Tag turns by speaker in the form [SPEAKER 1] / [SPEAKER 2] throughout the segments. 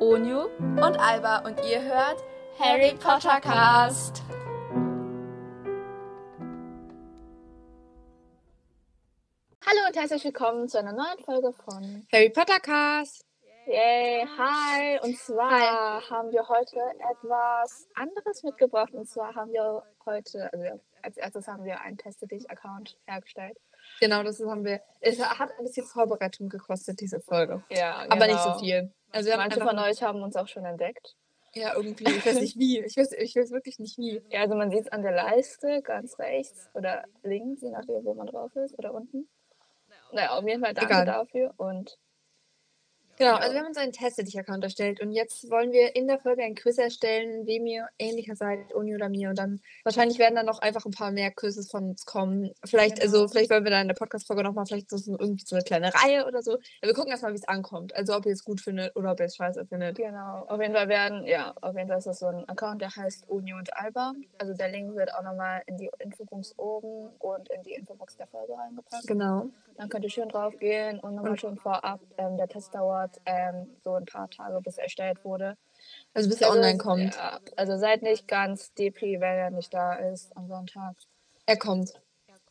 [SPEAKER 1] Onyu und Alba und ihr hört Harry Potter Cast.
[SPEAKER 2] Hallo und herzlich willkommen zu einer neuen Folge von
[SPEAKER 3] Harry Potter Cast.
[SPEAKER 2] Yay, hi! Und zwar haben wir heute etwas anderes mitgebracht. Und zwar haben wir heute, also wir- als erstes haben wir einen Teste dich Account hergestellt.
[SPEAKER 3] Genau, das haben wir. Es hat ein bisschen Vorbereitung gekostet, diese Folge.
[SPEAKER 2] Ja, genau.
[SPEAKER 3] Aber nicht so viel. Also wir haben
[SPEAKER 2] Manche
[SPEAKER 3] einfach
[SPEAKER 2] von euch haben uns auch schon entdeckt.
[SPEAKER 3] Ja, irgendwie. Ich weiß nicht wie. Ich weiß, ich weiß wirklich nicht wie.
[SPEAKER 2] Ja, also man sieht es an der Leiste ganz rechts oder links, je nachdem, wo man drauf ist, oder unten. Naja, auf jeden Fall danke
[SPEAKER 3] Egal.
[SPEAKER 2] dafür. Und
[SPEAKER 3] Genau, also wir haben uns einen Test-Account erstellt und jetzt wollen wir in der Folge ein Quiz erstellen, wem ihr ähnlicher seid, Uni oder mir. Und dann wahrscheinlich werden dann noch einfach ein paar mehr Quizzes von uns kommen. Vielleicht, also vielleicht wollen wir dann in der Podcast-Folge nochmal, vielleicht so so irgendwie so eine kleine Reihe oder so. Ja, wir gucken erstmal, wie es ankommt. Also ob ihr es gut findet oder ob ihr es scheiße findet.
[SPEAKER 2] genau, auf jeden Fall werden, ja, auf jeden Fall ist das so ein Account, der heißt Uni und Alba. Also der Link wird auch nochmal in die Infobox oben und in die Infobox der Folge reingepackt.
[SPEAKER 3] Genau.
[SPEAKER 2] Dann könnt ihr schön drauf gehen und nochmal
[SPEAKER 3] Und-
[SPEAKER 2] schon vorab, ähm, der Test dauert ähm, so ein paar Tage, bis er erstellt wurde.
[SPEAKER 3] Also bis er
[SPEAKER 2] Also,
[SPEAKER 3] online kommt.
[SPEAKER 2] Ja, also seid nicht ganz depri, wenn er nicht da ist am Sonntag.
[SPEAKER 3] Er kommt.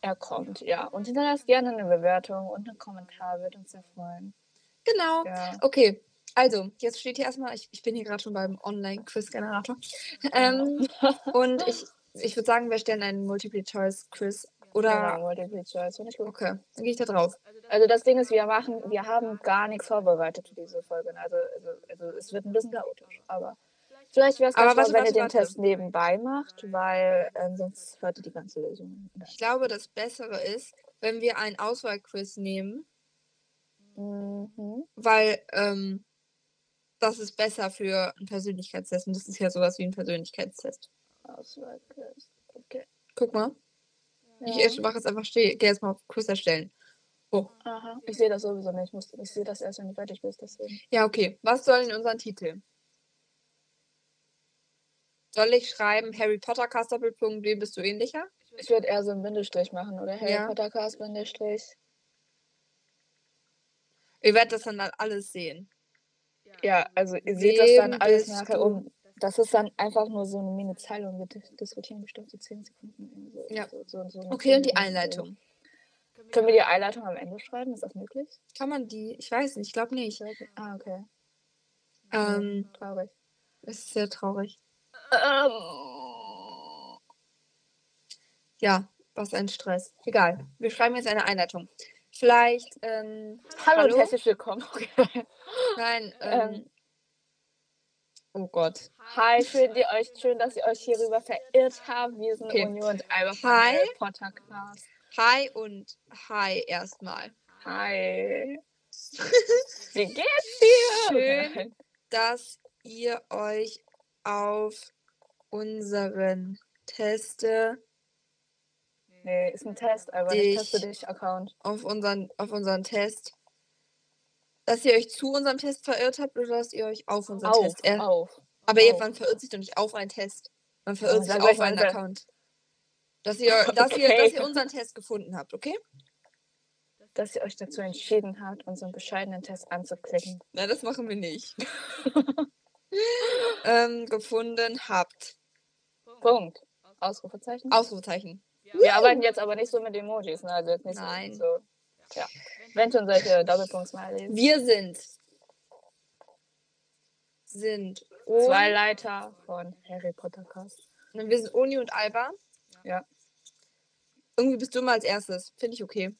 [SPEAKER 2] Er kommt, ja. Und hinterlasst gerne eine Bewertung und einen Kommentar, würde uns sehr freuen.
[SPEAKER 3] Genau.
[SPEAKER 2] Ja.
[SPEAKER 3] Okay, also jetzt steht hier erstmal, ich, ich bin hier gerade schon beim Online-Quiz-Generator.
[SPEAKER 2] genau.
[SPEAKER 3] Ähm, und ich, ich würde sagen, wir stellen einen Multiple-Choice-Quiz. Oder,
[SPEAKER 2] Genau, Multiple Choice, finde ich gut.
[SPEAKER 3] okay, dann gehe ich da drauf.
[SPEAKER 2] Also das Ding ist, wir machen, wir haben gar nichts vorbereitet für diese Folge. Also, also, also es wird ein bisschen chaotisch, aber vielleicht wäre es ganz
[SPEAKER 3] Aber
[SPEAKER 2] toll,
[SPEAKER 3] warte,
[SPEAKER 2] wenn ihr
[SPEAKER 3] warte,
[SPEAKER 2] den
[SPEAKER 3] warte.
[SPEAKER 2] Test nebenbei macht, weil ähm, sonst hört ihr die ganze Lösung.
[SPEAKER 3] Ich glaube, das Bessere ist, wenn wir einen Auswahl-Quiz nehmen,
[SPEAKER 2] Mhm.
[SPEAKER 3] weil ähm, das ist besser für einen Persönlichkeitstest. Und das ist ja sowas wie ein Persönlichkeitstest.
[SPEAKER 2] Auswahl. Okay.
[SPEAKER 3] Guck mal,
[SPEAKER 2] Ja.
[SPEAKER 3] ich mache jetzt einfach, stehe, gehe jetzt mal auf Quiz erstellen.
[SPEAKER 2] Aha. Ich sehe das sowieso nicht. Ich, muss, ich sehe das erst, wenn du fertig bist. Deswegen.
[SPEAKER 3] Ja, okay. Was soll in unseren Titel? Soll ich schreiben Harry Potter Cast Doppelpunkt, wem bist du ähnlicher?
[SPEAKER 2] Ich würde eher so einen Bindestrich machen, oder? Harry
[SPEAKER 3] Ja.
[SPEAKER 2] Potter Cast Bindestrich.
[SPEAKER 3] Ihr werdet das dann alles sehen.
[SPEAKER 2] Ja, also ihr seht das dann
[SPEAKER 3] Wem
[SPEAKER 2] alles
[SPEAKER 3] bist
[SPEAKER 2] nachher
[SPEAKER 3] du?
[SPEAKER 2] um. Das ist dann einfach nur so eine Mini-Zeile und wir dis- diskutieren bestimmt so 10 Sekunden. irgendwie So,
[SPEAKER 3] Ja.
[SPEAKER 2] So, so, so eine
[SPEAKER 3] Okay, und die
[SPEAKER 2] 10 Minuten.
[SPEAKER 3] Einleitung.
[SPEAKER 2] Können wir die Einleitung am Ende schreiben? Ist das möglich?
[SPEAKER 3] Kann man die? Ich weiß nicht, ich glaube nicht.
[SPEAKER 2] Ah, okay.
[SPEAKER 3] Ähm,
[SPEAKER 2] Traurig.
[SPEAKER 3] es ist sehr traurig.
[SPEAKER 2] Ähm,
[SPEAKER 3] Ja, was ein Stress. Egal. Wir schreiben jetzt eine Einleitung. Vielleicht, ähm,
[SPEAKER 2] hallo,
[SPEAKER 3] Hallo?
[SPEAKER 2] und herzlich willkommen. Okay.
[SPEAKER 3] nein, ähm, oh Gott.
[SPEAKER 2] Hi, schön, ihr euch, schön, dass ihr euch hierüber verirrt habt. Wir sind
[SPEAKER 3] Okay.
[SPEAKER 2] Uni und Alba von
[SPEAKER 3] Hi.
[SPEAKER 2] Harry Potter Class.
[SPEAKER 3] Hi und hi erstmal.
[SPEAKER 2] Hi. Wie geht's dir?
[SPEAKER 3] Schön, dass ihr euch auf unseren Teste,
[SPEAKER 2] Nee, ist ein Test, aber ich
[SPEAKER 3] Dich.
[SPEAKER 2] teste dich Account.
[SPEAKER 3] auf unseren, auf unseren Test, dass ihr euch zu unserem Test verirrt habt oder dass ihr euch auf unseren
[SPEAKER 2] Auf,
[SPEAKER 3] Test. Er,
[SPEAKER 2] auf.
[SPEAKER 3] aber
[SPEAKER 2] auf.
[SPEAKER 3] ihr, man verirrt sich doch nicht auf einen Test. Man
[SPEAKER 2] Ja,
[SPEAKER 3] verirrt sich
[SPEAKER 2] sag gleich
[SPEAKER 3] auf einen
[SPEAKER 2] weiter.
[SPEAKER 3] Account. Dass ihr, dass, ihr,
[SPEAKER 2] Okay.
[SPEAKER 3] dass ihr unseren Test gefunden habt, okay?
[SPEAKER 2] Dass ihr euch dazu entschieden habt, unseren bescheidenen Test anzuklicken.
[SPEAKER 3] Nein, das machen wir nicht. ähm, gefunden habt.
[SPEAKER 2] Punkt. Ausrufezeichen.
[SPEAKER 3] Ausrufezeichen.
[SPEAKER 2] Wir arbeiten jetzt aber nicht so mit Emojis, ne? Also jetzt nicht
[SPEAKER 3] Nein.
[SPEAKER 2] so. Ja. Wenn schon solche Doppelpunkt-Smileys.
[SPEAKER 3] Wir sind. Sind. Oni-
[SPEAKER 2] Zwei Leiter von Harry Potter Cast.
[SPEAKER 3] Nein, wir sind Oni und Alba.
[SPEAKER 2] Ja.
[SPEAKER 3] Irgendwie bist du immer als erstes. Finde ich okay.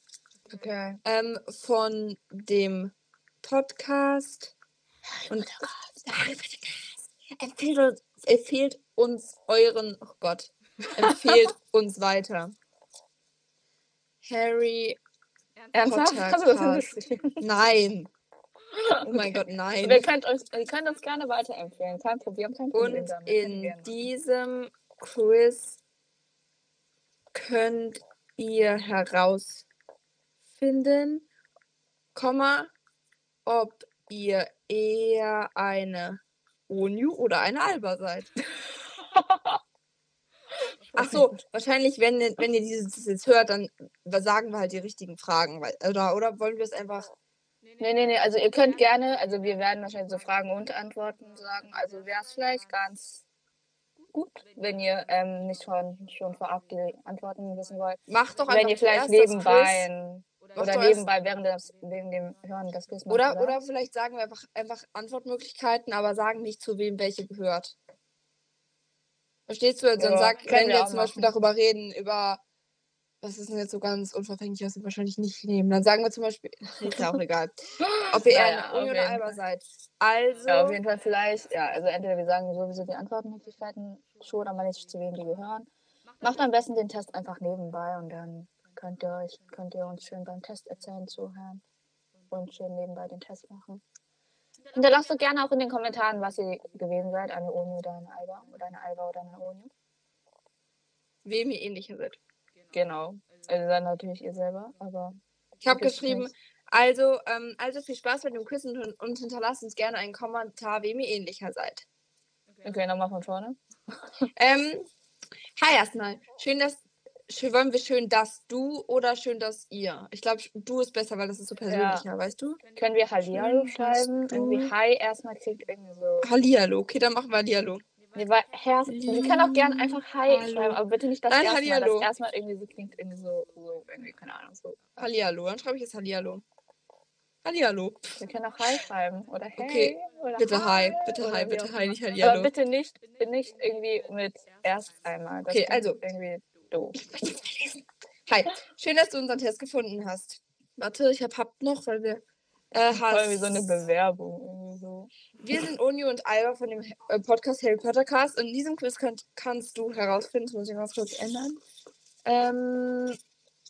[SPEAKER 2] Okay.
[SPEAKER 3] Ähm, von dem Podcast. Und empfehlt uns, empfehlt uns euren. Oh Gott. Empfehlt uns weiter. Harry.
[SPEAKER 2] Ernsthaft?
[SPEAKER 3] Potter
[SPEAKER 2] Hast du das
[SPEAKER 3] Cast.
[SPEAKER 2] hingeschrieben?
[SPEAKER 3] Nein. Oh mein Gott, nein.
[SPEAKER 2] Ihr könnt, euch, ihr könnt uns gerne weiterempfehlen. Kein Problem, kein Problem.
[SPEAKER 3] Und
[SPEAKER 2] damit. Können wir
[SPEAKER 3] in diesem Quiz könnt ihr herausfinden, Komma, ob ihr eher eine Onyu oder eine Alba seid. Ach so, wahrscheinlich, wenn, ihr- wenn ihr dieses jetzt hört, dann sagen wir halt die richtigen Fragen. Weil, oder, oder wollen wir es einfach.
[SPEAKER 2] Nee, nee, nee, also ihr könnt gerne, also wir werden wahrscheinlich so Fragen und Antworten sagen. Also wäre es vielleicht ganz gut, wenn ihr ähm, nicht schon, schon vorab die Antworten wissen wollt.
[SPEAKER 3] Mach doch einfach
[SPEAKER 2] wenn ihr vielleicht
[SPEAKER 3] erst das Quiz.
[SPEAKER 2] nebenbei oder
[SPEAKER 3] doch
[SPEAKER 2] nebenbei während, des, während dem Hören das Quiz macht,
[SPEAKER 3] Oder, oder vielleicht sagen wir einfach, einfach Antwortmöglichkeiten, aber sagen nicht, zu wem welche gehört. Verstehst du? Also dann
[SPEAKER 2] Ja,
[SPEAKER 3] sag,
[SPEAKER 2] können wir
[SPEAKER 3] wenn wir
[SPEAKER 2] auch
[SPEAKER 3] jetzt zum Beispiel
[SPEAKER 2] machen.
[SPEAKER 3] darüber reden, über was ist denn jetzt so ganz unverfänglich, was wir wahrscheinlich nicht nehmen. Dann sagen wir zum Beispiel, ist ja auch egal, ob ihr eher
[SPEAKER 2] Naja,
[SPEAKER 3] eine Uni
[SPEAKER 2] auf
[SPEAKER 3] oder
[SPEAKER 2] jeden
[SPEAKER 3] Alba seid. Also,
[SPEAKER 2] Ja, auf jeden Fall vielleicht, ja, also entweder wir sagen sowieso die Antwortmöglichkeiten schon, aber nicht zu wem die gehören. Macht am besten den Test einfach nebenbei und dann könnt ihr euch, könnt ihr uns schön beim Test erzählen, zuhören und schön nebenbei den Test machen. Hinterlasst doch gerne auch in den Kommentaren, was ihr gewesen seid, eine Uni oder eine Alba oder eine Alba oder eine Uni.
[SPEAKER 3] wem ihr ähnlicher seid.
[SPEAKER 2] Genau. Also dann natürlich ihr selber, aber
[SPEAKER 3] Ich habe
[SPEAKER 2] Das ist
[SPEAKER 3] geschrieben,
[SPEAKER 2] nice.
[SPEAKER 3] also, ähm, also viel Spaß mit dem Quiz und, und hinterlasst uns gerne einen Kommentar, wem ihr ähnlicher seid.
[SPEAKER 2] okay, nochmal von vorne.
[SPEAKER 3] Ähm, hi erstmal. Schön, dass schön, wollen wir schön, dass du oder schön, dass ihr. Ich glaube, du ist besser, weil das ist so persönlicher, weißt du?
[SPEAKER 2] Können wir Hallihallo
[SPEAKER 3] Schön, dass
[SPEAKER 2] schreiben?
[SPEAKER 3] du-
[SPEAKER 2] Irgendwie Hi erstmal klingt irgendwie so.
[SPEAKER 3] Hallihallo. Okay, dann machen wir Hallihallo.
[SPEAKER 2] Nee, weil Herr, Sie können auch gerne einfach Hi
[SPEAKER 3] Hallo.
[SPEAKER 2] schreiben, aber bitte nicht das
[SPEAKER 3] Nein,
[SPEAKER 2] erstmal.
[SPEAKER 3] Hallihallo.
[SPEAKER 2] Das erstmal irgendwie so klingt irgendwie so, so irgendwie, keine Ahnung, so.
[SPEAKER 3] Hallihallo. Dann schreibe ich jetzt Hallihallo. Hallihallo.
[SPEAKER 2] Wir können auch Hi schreiben oder Hey.
[SPEAKER 3] Okay,
[SPEAKER 2] Oder
[SPEAKER 3] Bitte hi. Bitte
[SPEAKER 2] oder
[SPEAKER 3] hi.
[SPEAKER 2] wie
[SPEAKER 3] Bitte
[SPEAKER 2] auch
[SPEAKER 3] hi. Nicht
[SPEAKER 2] immer. Aber
[SPEAKER 3] Hallihallo.
[SPEAKER 2] bitte nicht, nicht irgendwie mit erst einmal. Das
[SPEAKER 3] Okay,
[SPEAKER 2] klingt
[SPEAKER 3] also.
[SPEAKER 2] Irgendwie doof.
[SPEAKER 3] Hi. Schön, dass du unseren Test gefunden hast. Warte, ich hab, hab noch, weil wir. Äh,
[SPEAKER 2] Voll
[SPEAKER 3] hast.
[SPEAKER 2] wie so eine Bewerbung. Irgendwie so.
[SPEAKER 3] Wir sind Uni und Alba von dem äh, Podcast Harry Potter Cast. Und in diesem Quiz könnt, kannst du herausfinden, das muss ich mal kurz ändern. Ähm,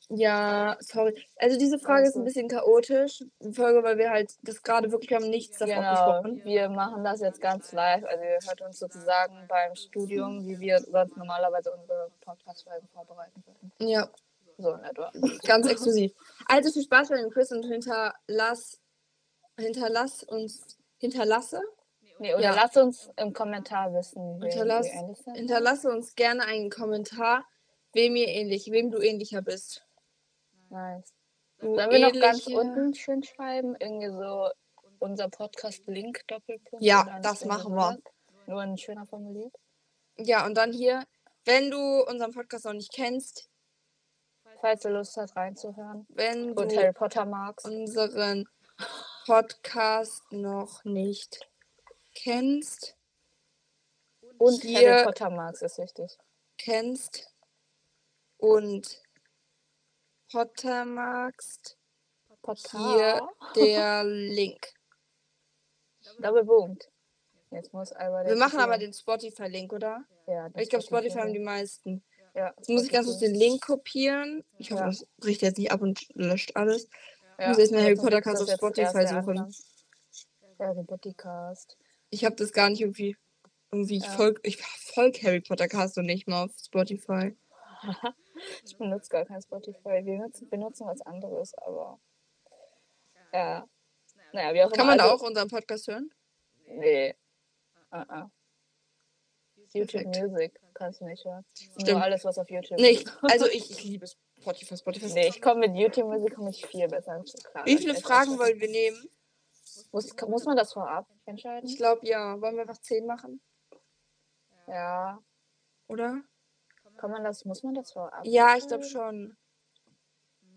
[SPEAKER 3] ja, sorry. Also diese Frage
[SPEAKER 2] Alles
[SPEAKER 3] ist ein
[SPEAKER 2] gut.
[SPEAKER 3] bisschen chaotisch, die Folge, weil wir halt das gerade wirklich, wir haben nichts davon
[SPEAKER 2] Genau,
[SPEAKER 3] gesprochen.
[SPEAKER 2] wir machen das jetzt ganz live. Also ihr hört uns sozusagen beim Studium, wie wir sonst normalerweise unsere Podcast-Folgen vorbereiten würden.
[SPEAKER 3] Ja,
[SPEAKER 2] So ne, in etwa.
[SPEAKER 3] ganz exklusiv. Also viel Spaß bei dem Quiz und hinterlass, hinterlass uns, hinterlasse,
[SPEAKER 2] Nee, oder
[SPEAKER 3] Ja.
[SPEAKER 2] lasst uns im Kommentar wissen, wer
[SPEAKER 3] Hinterlass-
[SPEAKER 2] wir ähnlich sind.
[SPEAKER 3] hinterlasse uns gerne einen Kommentar, wem ihr ähnlich, wem du ähnlicher bist.
[SPEAKER 2] Nice.
[SPEAKER 3] Du
[SPEAKER 2] Sollen wir noch ganz
[SPEAKER 3] ähnliche-
[SPEAKER 2] unten schön schreiben? Irgendwie so unser Podcast-Link Doppelpunkt.
[SPEAKER 3] Ja,
[SPEAKER 2] und dann
[SPEAKER 3] das
[SPEAKER 2] irgendwie
[SPEAKER 3] machen wir.
[SPEAKER 2] sowas. Nur ein schöner formuliert.
[SPEAKER 3] Ja, und dann hier, wenn du unseren Podcast noch nicht kennst,
[SPEAKER 2] Falls du Lust hast, reinzuhören.
[SPEAKER 3] wenn
[SPEAKER 2] Und
[SPEAKER 3] du
[SPEAKER 2] Harry Potter magst.
[SPEAKER 3] unseren Podcast noch nicht kennst,
[SPEAKER 2] Und
[SPEAKER 3] hier-
[SPEAKER 2] Harry Potter magst ist wichtig.
[SPEAKER 3] kennst und Potter magst,
[SPEAKER 2] Potter.
[SPEAKER 3] hier der Link.
[SPEAKER 2] Doppelpunkt. Jetzt muss Alba
[SPEAKER 3] Wir machen aber den Spotify-Link, oder?
[SPEAKER 2] Ja, das
[SPEAKER 3] Ich glaube,
[SPEAKER 2] Spotify-
[SPEAKER 3] Spotify haben die meisten.
[SPEAKER 2] Ja,
[SPEAKER 3] Jetzt muss ich ganz kurz den Link kopieren. Ich hoffe,
[SPEAKER 2] Ja.
[SPEAKER 3] das bricht jetzt nicht ab und löscht alles.
[SPEAKER 2] Ja,
[SPEAKER 3] muss jetzt mal Harry
[SPEAKER 2] jetzt
[SPEAKER 3] Potter
[SPEAKER 2] ist das
[SPEAKER 3] Cast auf
[SPEAKER 2] jetzt
[SPEAKER 3] Spotify
[SPEAKER 2] erst der
[SPEAKER 3] suchen.
[SPEAKER 2] Anfang. Ja, Harry Potter Cast.
[SPEAKER 3] Ich habe das gar nicht irgendwie. Irgendwie, ich
[SPEAKER 2] Ja.
[SPEAKER 3] folge ich folg Harry Potter Cast und nicht mal auf Spotify.
[SPEAKER 2] Ich benutze gar kein Spotify. Wir nutzen, benutzen was anderes, aber. Ja. Naja, wie auch
[SPEAKER 3] Kann
[SPEAKER 2] immer.
[SPEAKER 3] man da
[SPEAKER 2] also-
[SPEAKER 3] auch unseren Podcast hören?
[SPEAKER 2] Nee. Ah, ah. YouTube
[SPEAKER 3] Perfekt.
[SPEAKER 2] Music kannst du nicht hören. Nur
[SPEAKER 3] Stimmt.
[SPEAKER 2] alles, was auf YouTube
[SPEAKER 3] Nee,
[SPEAKER 2] ist.
[SPEAKER 3] ich, also ich, ich liebe Spotify. Spotify ist
[SPEAKER 2] Nee, ich komme mit YouTube Music komme ich viel besser klar.
[SPEAKER 3] Wie viele Fragen wollen wir nehmen?
[SPEAKER 2] Mhm. Muss, muss man das vorab entscheiden?
[SPEAKER 3] Ich glaube, ja. Wollen wir einfach 10 machen?
[SPEAKER 2] Ja.
[SPEAKER 3] Oder?
[SPEAKER 2] Kann man das, muss man das vorab?
[SPEAKER 3] Ja, ich glaube schon.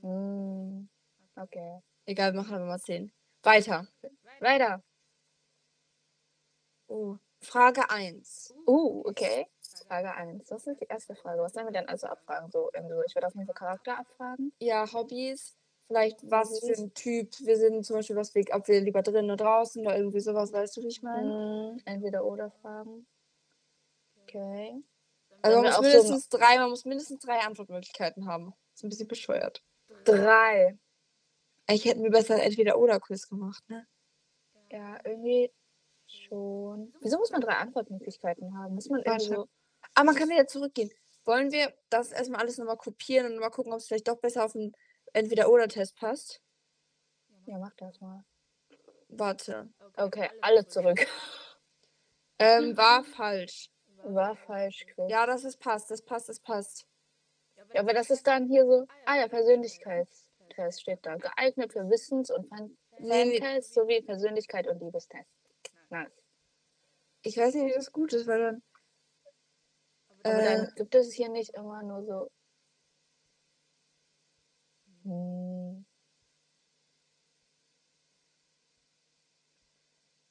[SPEAKER 2] Hm. Okay.
[SPEAKER 3] Egal, wir machen aber mal 10. Weiter.
[SPEAKER 2] Weiter.
[SPEAKER 3] Oh. Frage 1.
[SPEAKER 2] Uh, okay. Frage 1. Das ist die erste Frage. Was sollen wir denn also abfragen? So, irgendwie so. Ich werde auf jeden Fall Charakter abfragen.
[SPEAKER 3] Ja, Hobbys. Vielleicht
[SPEAKER 2] Mhm.
[SPEAKER 3] was für ein Typ. Wir sind zum Beispiel, was wir, ob wir lieber drinnen oder draußen oder irgendwie sowas, weißt du, wie ich meine?
[SPEAKER 2] Hm, Entweder oder Fragen. Okay. Sollen
[SPEAKER 3] Also
[SPEAKER 2] wir
[SPEAKER 3] man muss,
[SPEAKER 2] auch so-
[SPEAKER 3] mindestens drei, man muss mindestens drei Antwortmöglichkeiten haben. Ist ein bisschen bescheuert.
[SPEAKER 2] Drei.
[SPEAKER 3] Ich hätte mir besser entweder oder Quiz gemacht, ne?
[SPEAKER 2] Ja, irgendwie schon. Wieso muss man drei Antwortmöglichkeiten haben? Muss man irgendwie
[SPEAKER 3] Warte.
[SPEAKER 2] so.
[SPEAKER 3] Aber Ah, man kann wieder zurückgehen. Wollen wir das erstmal alles nochmal kopieren und mal gucken, ob es vielleicht doch besser auf den Entweder-Oder-Test passt?
[SPEAKER 2] Ja, mach das mal.
[SPEAKER 3] Warte.
[SPEAKER 2] Okay, alle zurück.
[SPEAKER 3] Ähm, war falsch.
[SPEAKER 2] War falsch, Quiz.
[SPEAKER 3] Ja, das ist passt, das passt, das passt.
[SPEAKER 2] Ja, aber das ist dann hier so. Ah ja, Persönlichkeitstest steht da. Geeignet für Wissens- und Fan-
[SPEAKER 3] Nee, nee.
[SPEAKER 2] Fan-Tests sowie Persönlichkeit und Liebestests. Nice.
[SPEAKER 3] Ich weiß nicht, wie das gut ist, weil dann.
[SPEAKER 2] Aber
[SPEAKER 3] Äh,
[SPEAKER 2] dann gibt es hier nicht immer nur so. Hm.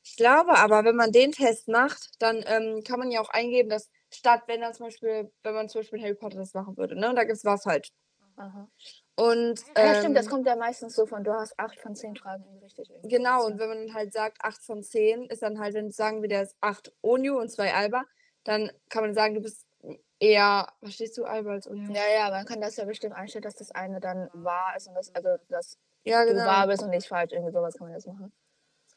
[SPEAKER 3] Ich glaube aber, wenn man den Test macht, dann ähm, kann man ja auch eingeben, dass statt, wenn dann zum Beispiel, wenn man zum Beispiel Harry Potter das machen würde, ne? Und da gibt's was halt.
[SPEAKER 2] Aha.
[SPEAKER 3] Und
[SPEAKER 2] ja, stimmt, das
[SPEAKER 3] ähm,
[SPEAKER 2] kommt ja meistens so von, du hast 8 von 10 Fragen irgendwie richtig. irgendwie
[SPEAKER 3] Genau,
[SPEAKER 2] sowas, ja.
[SPEAKER 3] und wenn man dann halt sagt 8 von 10, ist dann halt, wenn sagen wir, der ist 8 Onyu und 2 Alba, dann kann man sagen, du bist eher, verstehst du, Alba als Onyu?
[SPEAKER 2] Ja, ja, man kann das ja bestimmt einstellen, dass das eine dann wahr ist und das, also, dass
[SPEAKER 3] Ja,
[SPEAKER 2] du wahr
[SPEAKER 3] genau.
[SPEAKER 2] bist und nicht falsch. Irgendwie sowas kann man jetzt machen.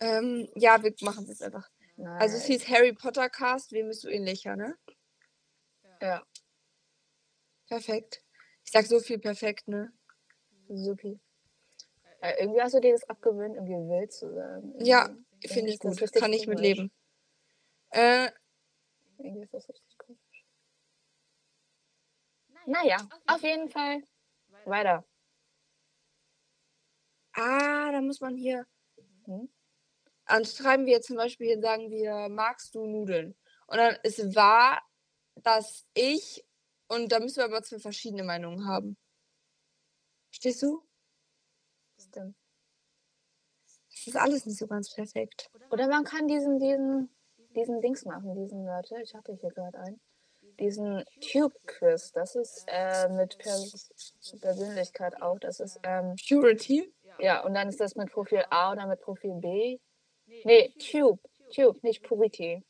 [SPEAKER 3] Ähm, ja, wir machen das einfach.
[SPEAKER 2] Nice.
[SPEAKER 3] Also es hieß Harry Potter Cast, wem bist du ähnlicher, ne?
[SPEAKER 2] Ja,
[SPEAKER 3] Perfekt. Ich sag so viel perfekt, ne?
[SPEAKER 2] supi. Äh, irgendwie hast du dir das abgewöhnt, irgendwie wild zu sagen.
[SPEAKER 3] Ja,
[SPEAKER 2] Irgendwie- irgendwie
[SPEAKER 3] Finde ich
[SPEAKER 2] ist das
[SPEAKER 3] gut,
[SPEAKER 2] richtig
[SPEAKER 3] kann ich mit
[SPEAKER 2] komisch.
[SPEAKER 3] leben. Äh,
[SPEAKER 2] Irgendwie ist das richtig cool. Naja, auf jeden Fall. Weiter.
[SPEAKER 3] ah, da muss man hier. Mhm.
[SPEAKER 2] Hm?
[SPEAKER 3] Dann schreiben wir jetzt zum Beispiel, hier sagen wir, magst du Nudeln? Und dann ist wahr, dass ich, und da müssen wir aber zwei verschiedene Meinungen haben. Verstehst du?
[SPEAKER 2] Stimmt.
[SPEAKER 3] Das ist alles nicht so ganz perfekt.
[SPEAKER 2] Oder man kann diesen, diesen, diesen Dings machen, diesen, warte, ich hatte hier gerade einen. Diesen Tube-Quiz, das ist äh, mit Pers Persönlichkeit auch, das ist, ähm,
[SPEAKER 3] Purity?
[SPEAKER 2] ja, und dann ist das mit Profil A oder mit Profil B. Nee, Tube, Tube, nicht Purity.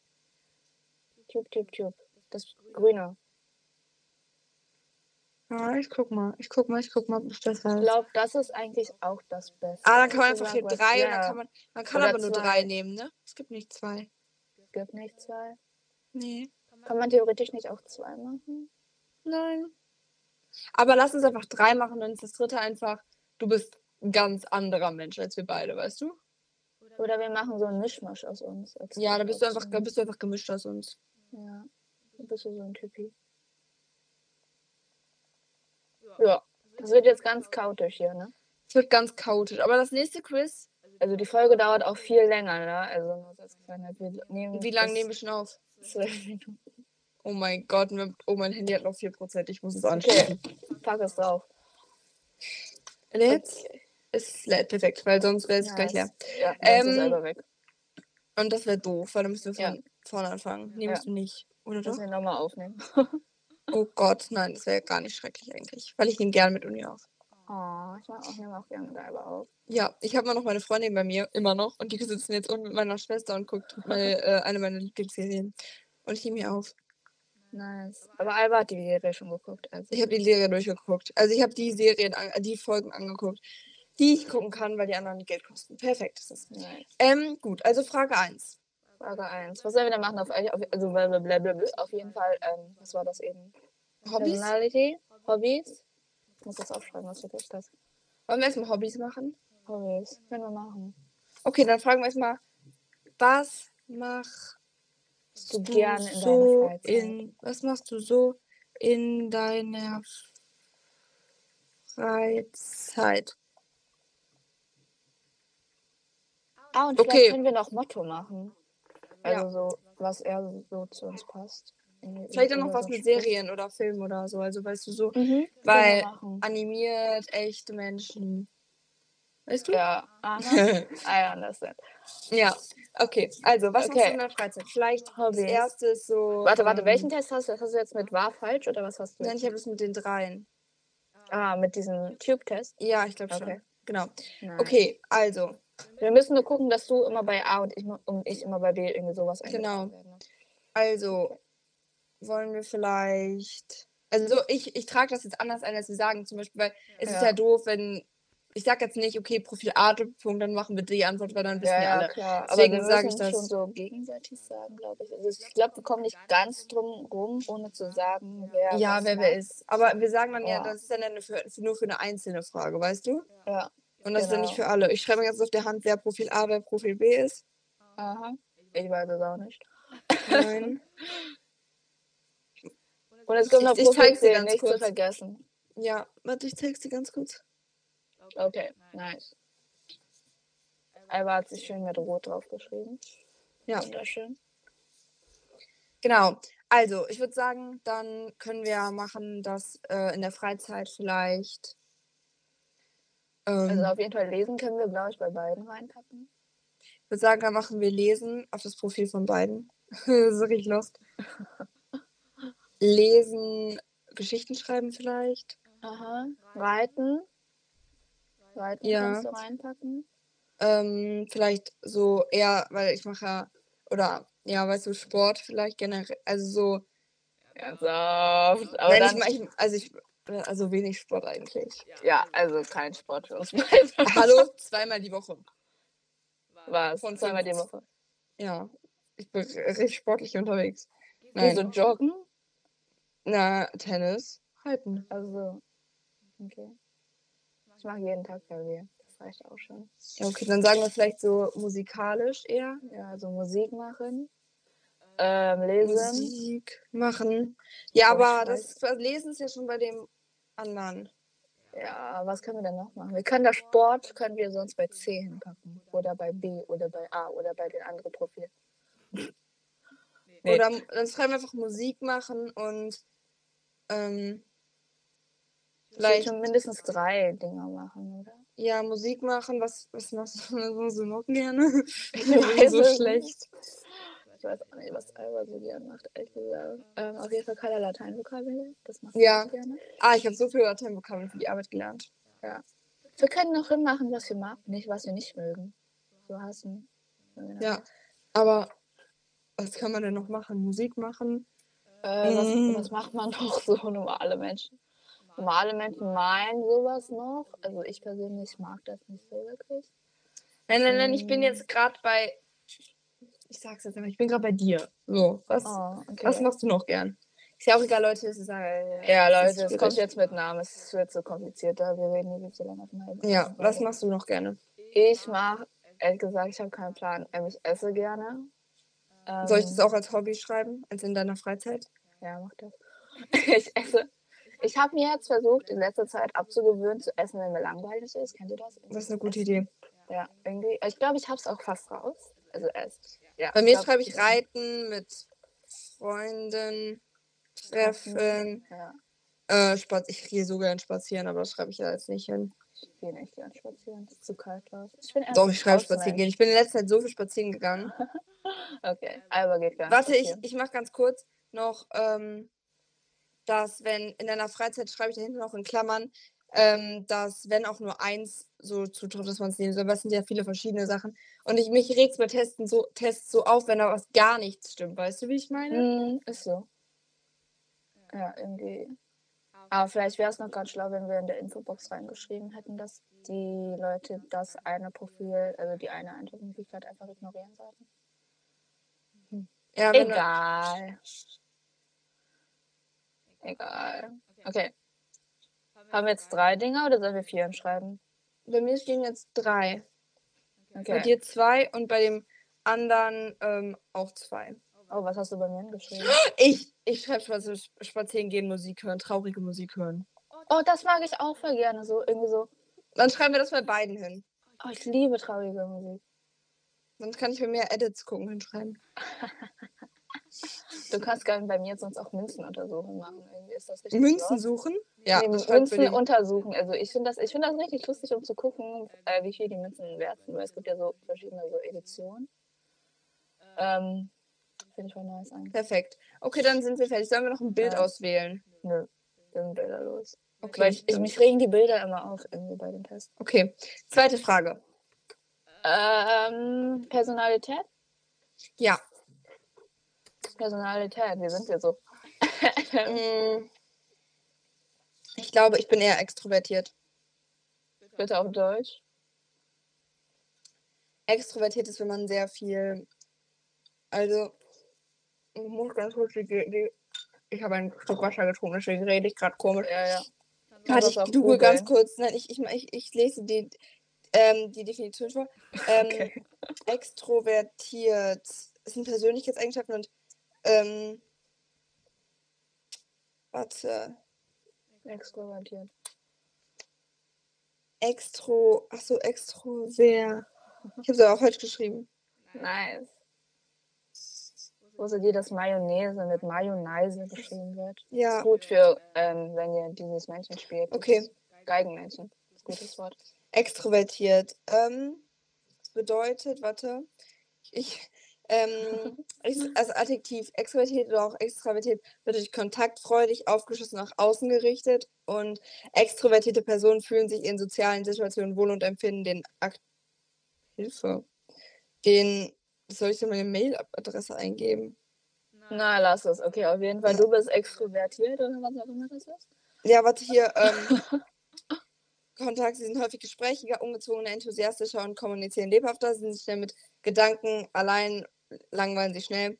[SPEAKER 2] Tube, Tube, Tube, das Grüne.
[SPEAKER 3] Ja, ich guck mal. Ich guck mal, ich guck mal, ob ich das
[SPEAKER 2] Ich
[SPEAKER 3] weiß.
[SPEAKER 2] glaube, das ist eigentlich auch das Beste.
[SPEAKER 3] Ah, dann kann man einfach
[SPEAKER 2] Sogar
[SPEAKER 3] hier
[SPEAKER 2] was-
[SPEAKER 3] drei und dann
[SPEAKER 2] ja,
[SPEAKER 3] kann man. Man kann
[SPEAKER 2] Oder
[SPEAKER 3] aber nur
[SPEAKER 2] zwei.
[SPEAKER 3] drei nehmen, ne? Es gibt nicht zwei.
[SPEAKER 2] Gibt nicht zwei.
[SPEAKER 3] Nee.
[SPEAKER 2] Kann man theoretisch nicht auch zwei machen?
[SPEAKER 3] Nein. Aber lass uns einfach drei machen, dann ist das dritte einfach, du bist ein ganz anderer Mensch als wir beide, weißt du?
[SPEAKER 2] Oder wir machen so einen Mischmasch aus uns. als
[SPEAKER 3] Ja, da bist du einfach, da
[SPEAKER 2] Option.
[SPEAKER 3] bist du einfach gemischt aus uns.
[SPEAKER 2] Ja, du bist ja so ein Typi. Ja, das wird jetzt ganz chaotisch hier, ne?
[SPEAKER 3] Es wird ganz chaotisch. Aber das nächste Quiz,
[SPEAKER 2] Also die Folge dauert auch viel länger, ne? Also nur so als Kleinheit, wir nehmen
[SPEAKER 3] wie lange
[SPEAKER 2] bis
[SPEAKER 3] nehmen wir schon auf?
[SPEAKER 2] zwölf Minuten.
[SPEAKER 3] Oh mein Gott, mein- oh, mein Handy hat noch 4%, ich muss es
[SPEAKER 2] Okay,
[SPEAKER 3] anschließen.
[SPEAKER 2] pack es drauf.
[SPEAKER 3] Und Jetzt ist es le- perfekt, weil sonst wäre es gleich leer.
[SPEAKER 2] Nice. Ja,
[SPEAKER 3] Ähm,
[SPEAKER 2] ähm, ist selber weg.
[SPEAKER 3] Und das wäre doof, weil dann müssen wir
[SPEAKER 2] Ja.
[SPEAKER 3] von vorne anfangen. Nee,
[SPEAKER 2] Ja.
[SPEAKER 3] müssen wir nicht. Oder doch?
[SPEAKER 2] Müssen wir nochmal aufnehmen.
[SPEAKER 3] Oh Gott, nein, das wäre gar nicht schrecklich eigentlich, weil ich nehme gerne mit Uni auf. Ah.
[SPEAKER 2] Oh, ich mag auch, nehme auch gerne selber auf.
[SPEAKER 3] Ja, ich habe immer noch meine Freundin bei mir, immer noch. Und die sitzen jetzt unten mit meiner Schwester und guckt meine, äh, eine meiner Lieblingsserien. Und ich nehme mir auf.
[SPEAKER 2] Nice. Aber Alba hat die Serie schon geguckt. Also.
[SPEAKER 3] Ich habe die Serie durchgeguckt. Also ich habe die Serien, an- die Folgen angeguckt, die ich gucken kann, weil die anderen Geld kosten. Perfekt ist das.
[SPEAKER 2] Nice.
[SPEAKER 3] Ähm, gut, also Frage 1.
[SPEAKER 2] Frage 1. Was sollen wir da machen? Auf, auf, also blablabla. auf jeden Fall, ähm, was war das eben?
[SPEAKER 3] Hobbys? Wollen
[SPEAKER 2] Personality? Hobbys? Ich muss das aufschreiben, was wirklich das?
[SPEAKER 3] wir erstmal Hobbys machen?
[SPEAKER 2] Hobbys. Können wir machen.
[SPEAKER 3] Okay, dann fragen wir erstmal, was machst
[SPEAKER 2] Bist du
[SPEAKER 3] du
[SPEAKER 2] gerne in
[SPEAKER 3] so
[SPEAKER 2] deiner Freizeit?
[SPEAKER 3] in, was machst du so in deiner Freizeit?
[SPEAKER 2] Ah, und
[SPEAKER 3] Okay.
[SPEAKER 2] vielleicht können wir noch Motto machen. Also so, was eher so zu uns passt. Irgendwie
[SPEAKER 3] Vielleicht auch
[SPEAKER 2] über
[SPEAKER 3] noch
[SPEAKER 2] so
[SPEAKER 3] was
[SPEAKER 2] ein
[SPEAKER 3] mit
[SPEAKER 2] Spruch.
[SPEAKER 3] Serien oder Filmen oder so. Also weißt du so,
[SPEAKER 2] Mhm. Können
[SPEAKER 3] Weil-
[SPEAKER 2] wir machen.
[SPEAKER 3] animiert, echte Menschen. Weißt du?
[SPEAKER 2] Ja. Aha. I understand.
[SPEAKER 3] Ja, okay. Also, was machst
[SPEAKER 2] Okay.
[SPEAKER 3] du in der Freizeit? Vielleicht
[SPEAKER 2] Hobbys.
[SPEAKER 3] als erstes so.
[SPEAKER 2] Warte, warte,
[SPEAKER 3] ähm,
[SPEAKER 2] welchen Test hast du? Hast du jetzt mit wahr, falsch oder was hast du?
[SPEAKER 3] Nein,
[SPEAKER 2] Jetzt?
[SPEAKER 3] ich habe das mit den dreien.
[SPEAKER 2] Ah, mit diesem Tube-Test.
[SPEAKER 3] Ja, ich glaube schon.
[SPEAKER 2] Okay.
[SPEAKER 3] Genau.
[SPEAKER 2] Nein.
[SPEAKER 3] Okay, also,
[SPEAKER 2] Wir müssen nur gucken, dass du immer bei A und ich, und ich immer bei B irgendwie sowas ne?
[SPEAKER 3] Genau.
[SPEAKER 2] eingetragen werden.
[SPEAKER 3] also wollen wir vielleicht. Also, so, ich, ich trage das jetzt anders ein, als wir sagen. Zum Beispiel, weil es ist
[SPEAKER 2] Ja.
[SPEAKER 3] ja doof, wenn. Ich sage jetzt nicht, okay, Profil A, Doppelpunkt, dann machen wir die Antwort, weil dann wissen
[SPEAKER 2] Ja, ne.
[SPEAKER 3] wir
[SPEAKER 2] ja,
[SPEAKER 3] alle.
[SPEAKER 2] klar.
[SPEAKER 3] Deswegen
[SPEAKER 2] Aber wir
[SPEAKER 3] sag ich
[SPEAKER 2] müssen
[SPEAKER 3] das.
[SPEAKER 2] schon so gegenseitig sagen, glaube ich. Also ich glaube, wir kommen nicht ganz drum rum, ohne zu sagen, wer
[SPEAKER 3] Ja,
[SPEAKER 2] was
[SPEAKER 3] wer
[SPEAKER 2] macht.
[SPEAKER 3] wer ist. Aber wir sagen dann ja,
[SPEAKER 2] Ja.
[SPEAKER 3] das ist dann eine für, nur für eine einzelne Frage, weißt du?
[SPEAKER 2] Ja.
[SPEAKER 3] Und das ist dann nicht
[SPEAKER 2] Genau.
[SPEAKER 3] für alle. Ich schreibe mir ganz auf der Hand, wer Profil A, wer Profil B ist.
[SPEAKER 2] Aha. Ich weiß es auch nicht.
[SPEAKER 3] Nein.
[SPEAKER 2] Und es kommt
[SPEAKER 3] Ich-
[SPEAKER 2] noch
[SPEAKER 3] ich zeig's
[SPEAKER 2] Profilbild,
[SPEAKER 3] dir ganz
[SPEAKER 2] nicht zu
[SPEAKER 3] kurz.
[SPEAKER 2] vergessen.
[SPEAKER 3] ja, warte, ich zeig's dir ganz kurz.
[SPEAKER 2] Okay, nice. Alba hat sich schön mit Rot draufgeschrieben.
[SPEAKER 3] Ja.
[SPEAKER 2] Wunderschön.
[SPEAKER 3] Genau. Also, ich würde sagen, dann können wir machen, dass äh, in der Freizeit vielleicht. Ähm,
[SPEAKER 2] Also auf jeden Fall lesen können wir, glaube ich, bei beiden reinpacken.
[SPEAKER 3] ich würde sagen, dann machen wir Lesen auf das Profil von beiden. das ist richtig lost. Lesen, Geschichten schreiben vielleicht.
[SPEAKER 2] Aha. Reiten. Reiten
[SPEAKER 3] Ja.
[SPEAKER 2] kannst du reinpacken.
[SPEAKER 3] Ähm, vielleicht so eher, weil ich mache ja, oder ja, weißt du, Sport vielleicht generell. Also so,
[SPEAKER 2] Ernsthaft. Aber
[SPEAKER 3] wenn
[SPEAKER 2] dann,
[SPEAKER 3] ich, mal- ich, also ich, also wenig Sport eigentlich.
[SPEAKER 2] ja, also kein Sport für uns beide.
[SPEAKER 3] Hallo, zweimal die Woche.
[SPEAKER 2] Was?
[SPEAKER 3] Von
[SPEAKER 2] zweimal die
[SPEAKER 3] fünf.
[SPEAKER 2] Woche.
[SPEAKER 3] Ja, ich bin r- richtig sportlich unterwegs.
[SPEAKER 2] Nein.
[SPEAKER 3] Nein.
[SPEAKER 2] so joggen?
[SPEAKER 3] Na, Tennis, Reiten.
[SPEAKER 2] Also, okay. Ich mache jeden Tag Klavier. Das reicht auch schon.
[SPEAKER 3] Ja, okay, dann sagen wir vielleicht so musikalisch eher.
[SPEAKER 2] Ja, also Musik machen. Ähm, lesen.
[SPEAKER 3] Musik machen. Ja,
[SPEAKER 2] Boah, ich
[SPEAKER 3] aber
[SPEAKER 2] weiß.
[SPEAKER 3] das das Lesen ist ja schon bei dem anderen.
[SPEAKER 2] Ja, was können wir denn noch machen? Wir können das Sport, können wir sonst bei C hinpacken. Oder bei B oder bei A oder bei den anderen Profilen. Nee.
[SPEAKER 3] Oder m- dann schreiben wir einfach Musik machen und ähm,
[SPEAKER 2] Vielleicht
[SPEAKER 3] vielleicht
[SPEAKER 2] schon mindestens drei Dinger machen, oder?
[SPEAKER 3] ja Musik machen. Was, was machst du, was machst du noch gerne? Ich
[SPEAKER 2] weiß
[SPEAKER 3] bin so
[SPEAKER 2] es nicht.
[SPEAKER 3] schlecht.
[SPEAKER 2] Ich weiß auch nicht, was Alba so gerne macht, ehrlich gesagt. Ähm, auf jeden Fall keine Lateinvokabeln. Das macht
[SPEAKER 3] Ja.
[SPEAKER 2] sie auch gerne.
[SPEAKER 3] Ah, ich habe so viel Lateinvokabeln für die Arbeit gelernt.
[SPEAKER 2] Wir können noch hinmachen, was wir mag, nicht was wir nicht mögen. So hassen.
[SPEAKER 3] Ja, aber was kann man denn noch machen? Musik machen?
[SPEAKER 2] Äh,
[SPEAKER 3] Mhm.
[SPEAKER 2] was, was macht man noch so normale Menschen? Normale Menschen meinen sowas noch. Also ich persönlich mag das nicht so wirklich.
[SPEAKER 3] Nein, nein, nein,
[SPEAKER 2] nein,
[SPEAKER 3] ich
[SPEAKER 2] ich
[SPEAKER 3] bin
[SPEAKER 2] bin
[SPEAKER 3] jetzt gerade bei. Ich sag's jetzt immer, ich bin gerade bei dir. So, was,
[SPEAKER 2] Oh, okay.
[SPEAKER 3] was machst du noch gern? Ist ja auch egal, Leute, es ist egal.
[SPEAKER 2] ja,
[SPEAKER 3] das ist
[SPEAKER 2] Leute, es kommt
[SPEAKER 3] schwierig.
[SPEAKER 2] jetzt mit Namen. Es wird so komplizierter. Wir reden hier viel zu lange auf dem Halbzeit.
[SPEAKER 3] Ja, was machst du noch gerne?
[SPEAKER 2] Ich mache, ehrlich gesagt, ich habe keinen Plan. Ähm, Ich esse gerne. Ähm,
[SPEAKER 3] Soll ich das auch als Hobby schreiben, als in deiner Freizeit?
[SPEAKER 2] Ja, mach das. Ich esse. Ich habe mir jetzt versucht, in letzter Zeit abzugewöhnen zu essen, wenn mir langweilig ist. Kennt ihr das?
[SPEAKER 3] Das ist eine gute Idee.
[SPEAKER 2] Ja, irgendwie. Ich glaube, ich habe es auch fast raus. Also erst. Ja,
[SPEAKER 3] Bei mir
[SPEAKER 2] glaub,
[SPEAKER 3] schreibe ich Reiten mit Freunden, Treffen,
[SPEAKER 2] Ja,
[SPEAKER 3] äh, Spaz ich gehe so gern spazieren, aber das schreibe ich ja jetzt nicht hin.
[SPEAKER 2] ich gehe nicht gern spazieren. Es ist zu kalt draußen. Ich bin eher
[SPEAKER 3] Doch,
[SPEAKER 2] so ein
[SPEAKER 3] ich schreibe
[SPEAKER 2] Hausmensch.
[SPEAKER 3] spazieren gehen. Ich bin in letzter Zeit so viel spazieren gegangen.
[SPEAKER 2] Okay, Alba geht gar nicht.
[SPEAKER 3] Warte, ich,
[SPEAKER 2] spazieren.
[SPEAKER 3] ich mache ganz kurz noch, ähm, dass wenn in deiner Freizeit, schreibe ich da hinten noch in Klammern, ähm, dass wenn auch nur eins so zutrifft, dass man es nehmen soll, weil es sind ja viele verschiedene Sachen. Und ich, mich regt bei Testen so, Tests so auf, wenn da was gar nichts stimmt. Weißt du, wie ich meine?
[SPEAKER 2] Hm, ist so. Ja, irgendwie. Aber vielleicht wäre es noch ganz schlau, wenn wir in der Infobox reingeschrieben hätten, dass die Leute das eine Profil, also die eine Eintrittsmöglichkeit einfach ignorieren sollten.
[SPEAKER 3] Ja, wenn da-
[SPEAKER 2] Egal. Egal. Okay. Haben wir jetzt drei Dinger oder sollen wir vier hinschreiben?
[SPEAKER 3] bei mir stehen jetzt drei. Bei
[SPEAKER 2] Okay.
[SPEAKER 3] dir zwei und bei dem anderen ähm, auch zwei.
[SPEAKER 2] Oh, was hast du bei mir hingeschrieben?
[SPEAKER 3] Ich, ich schreibe spazieren gehen, Musik hören, traurige Musik hören.
[SPEAKER 2] Oh, das mag ich auch voll gerne. So irgendwie so.
[SPEAKER 3] Dann schreiben wir das bei beiden hin.
[SPEAKER 2] Oh, ich liebe traurige Musik.
[SPEAKER 3] Sonst kann ich mir mehr Edits gucken hinschreiben.
[SPEAKER 2] Du kannst gerne bei mir sonst auch Münzenuntersuchungen machen. Irgendwie ist das richtig.
[SPEAKER 3] Münzen
[SPEAKER 2] lost.
[SPEAKER 3] suchen? Ja,
[SPEAKER 2] nee,
[SPEAKER 3] das halt schreibt bei
[SPEAKER 2] Münzen
[SPEAKER 3] dem-
[SPEAKER 2] untersuchen. Also ich finde das, ich finde das richtig lustig, um zu gucken, äh, wie viel die Münzen wert sind, weil es gibt ja so verschiedene so Editionen. Ähm, finde ich voll nice eigentlich.
[SPEAKER 3] Perfekt. Okay, dann sind wir fertig. Sollen wir noch ein Bild
[SPEAKER 2] Ja.
[SPEAKER 3] auswählen?
[SPEAKER 2] Nö, wir sind Bilder los.
[SPEAKER 3] Okay.
[SPEAKER 2] Weil ich, ich, mich regen die Bilder immer auf irgendwie bei den Tests.
[SPEAKER 3] okay. Zweite Frage.
[SPEAKER 2] Ähm, Personalität?
[SPEAKER 3] Ja.
[SPEAKER 2] Personalität, wir sind ja so.
[SPEAKER 3] Mm. Ich glaube, ich bin eher extrovertiert.
[SPEAKER 2] Bitte auf Deutsch.
[SPEAKER 3] Extrovertiert ist, wenn man sehr viel. Also, ich muss ganz kurz. Die, die, ich habe ein Stück Wasser getrunken, deswegen rede ich gerade komisch.
[SPEAKER 2] Ja, ja.
[SPEAKER 3] Warte,
[SPEAKER 2] das
[SPEAKER 3] ich
[SPEAKER 2] auch
[SPEAKER 3] google
[SPEAKER 2] googeln.
[SPEAKER 3] ganz kurz. Nein, ich, ich, ich, ich lese die, ähm, die Definition vor. Ähm, Extrovertiert ist ein Persönlichkeitseigenschaften und ähm, warte,
[SPEAKER 2] Extrovertiert.
[SPEAKER 3] extro, achso, extrover, Ich habe es aber auch falsch geschrieben.
[SPEAKER 2] Nice. Wusstet ihr, dass Mayonnaise mit Mayonnaise geschrieben wird?
[SPEAKER 3] Ja,
[SPEAKER 2] Ist gut für, ähm, wenn ihr dieses Männchen spielt.
[SPEAKER 3] Okay.
[SPEAKER 2] Dieses Geigenmännchen. Ist ein Gutes Wort.
[SPEAKER 3] extrovertiert. Ähm, das bedeutet, warte, ich, ähm, ich, also Adjektiv extrovertiert oder auch extravertiert bedeutet kontaktfreudig, aufgeschlossen nach außen gerichtet und extrovertierte Personen fühlen sich in sozialen Situationen wohl und empfinden den Akt Hilfe. Den, soll ich denn meine Mailadresse eingeben?
[SPEAKER 2] Na, lass es. Okay, auf jeden Fall. Du bist extrovertiert oder was auch immer das ist.
[SPEAKER 3] Ja, warte hier. Ähm, Kontakt, sie sind häufig gesprächiger, ungezwungener, enthusiastischer und kommunizieren lebhafter, sind sich schnell mit Gedanken allein, langweilen sich schnell.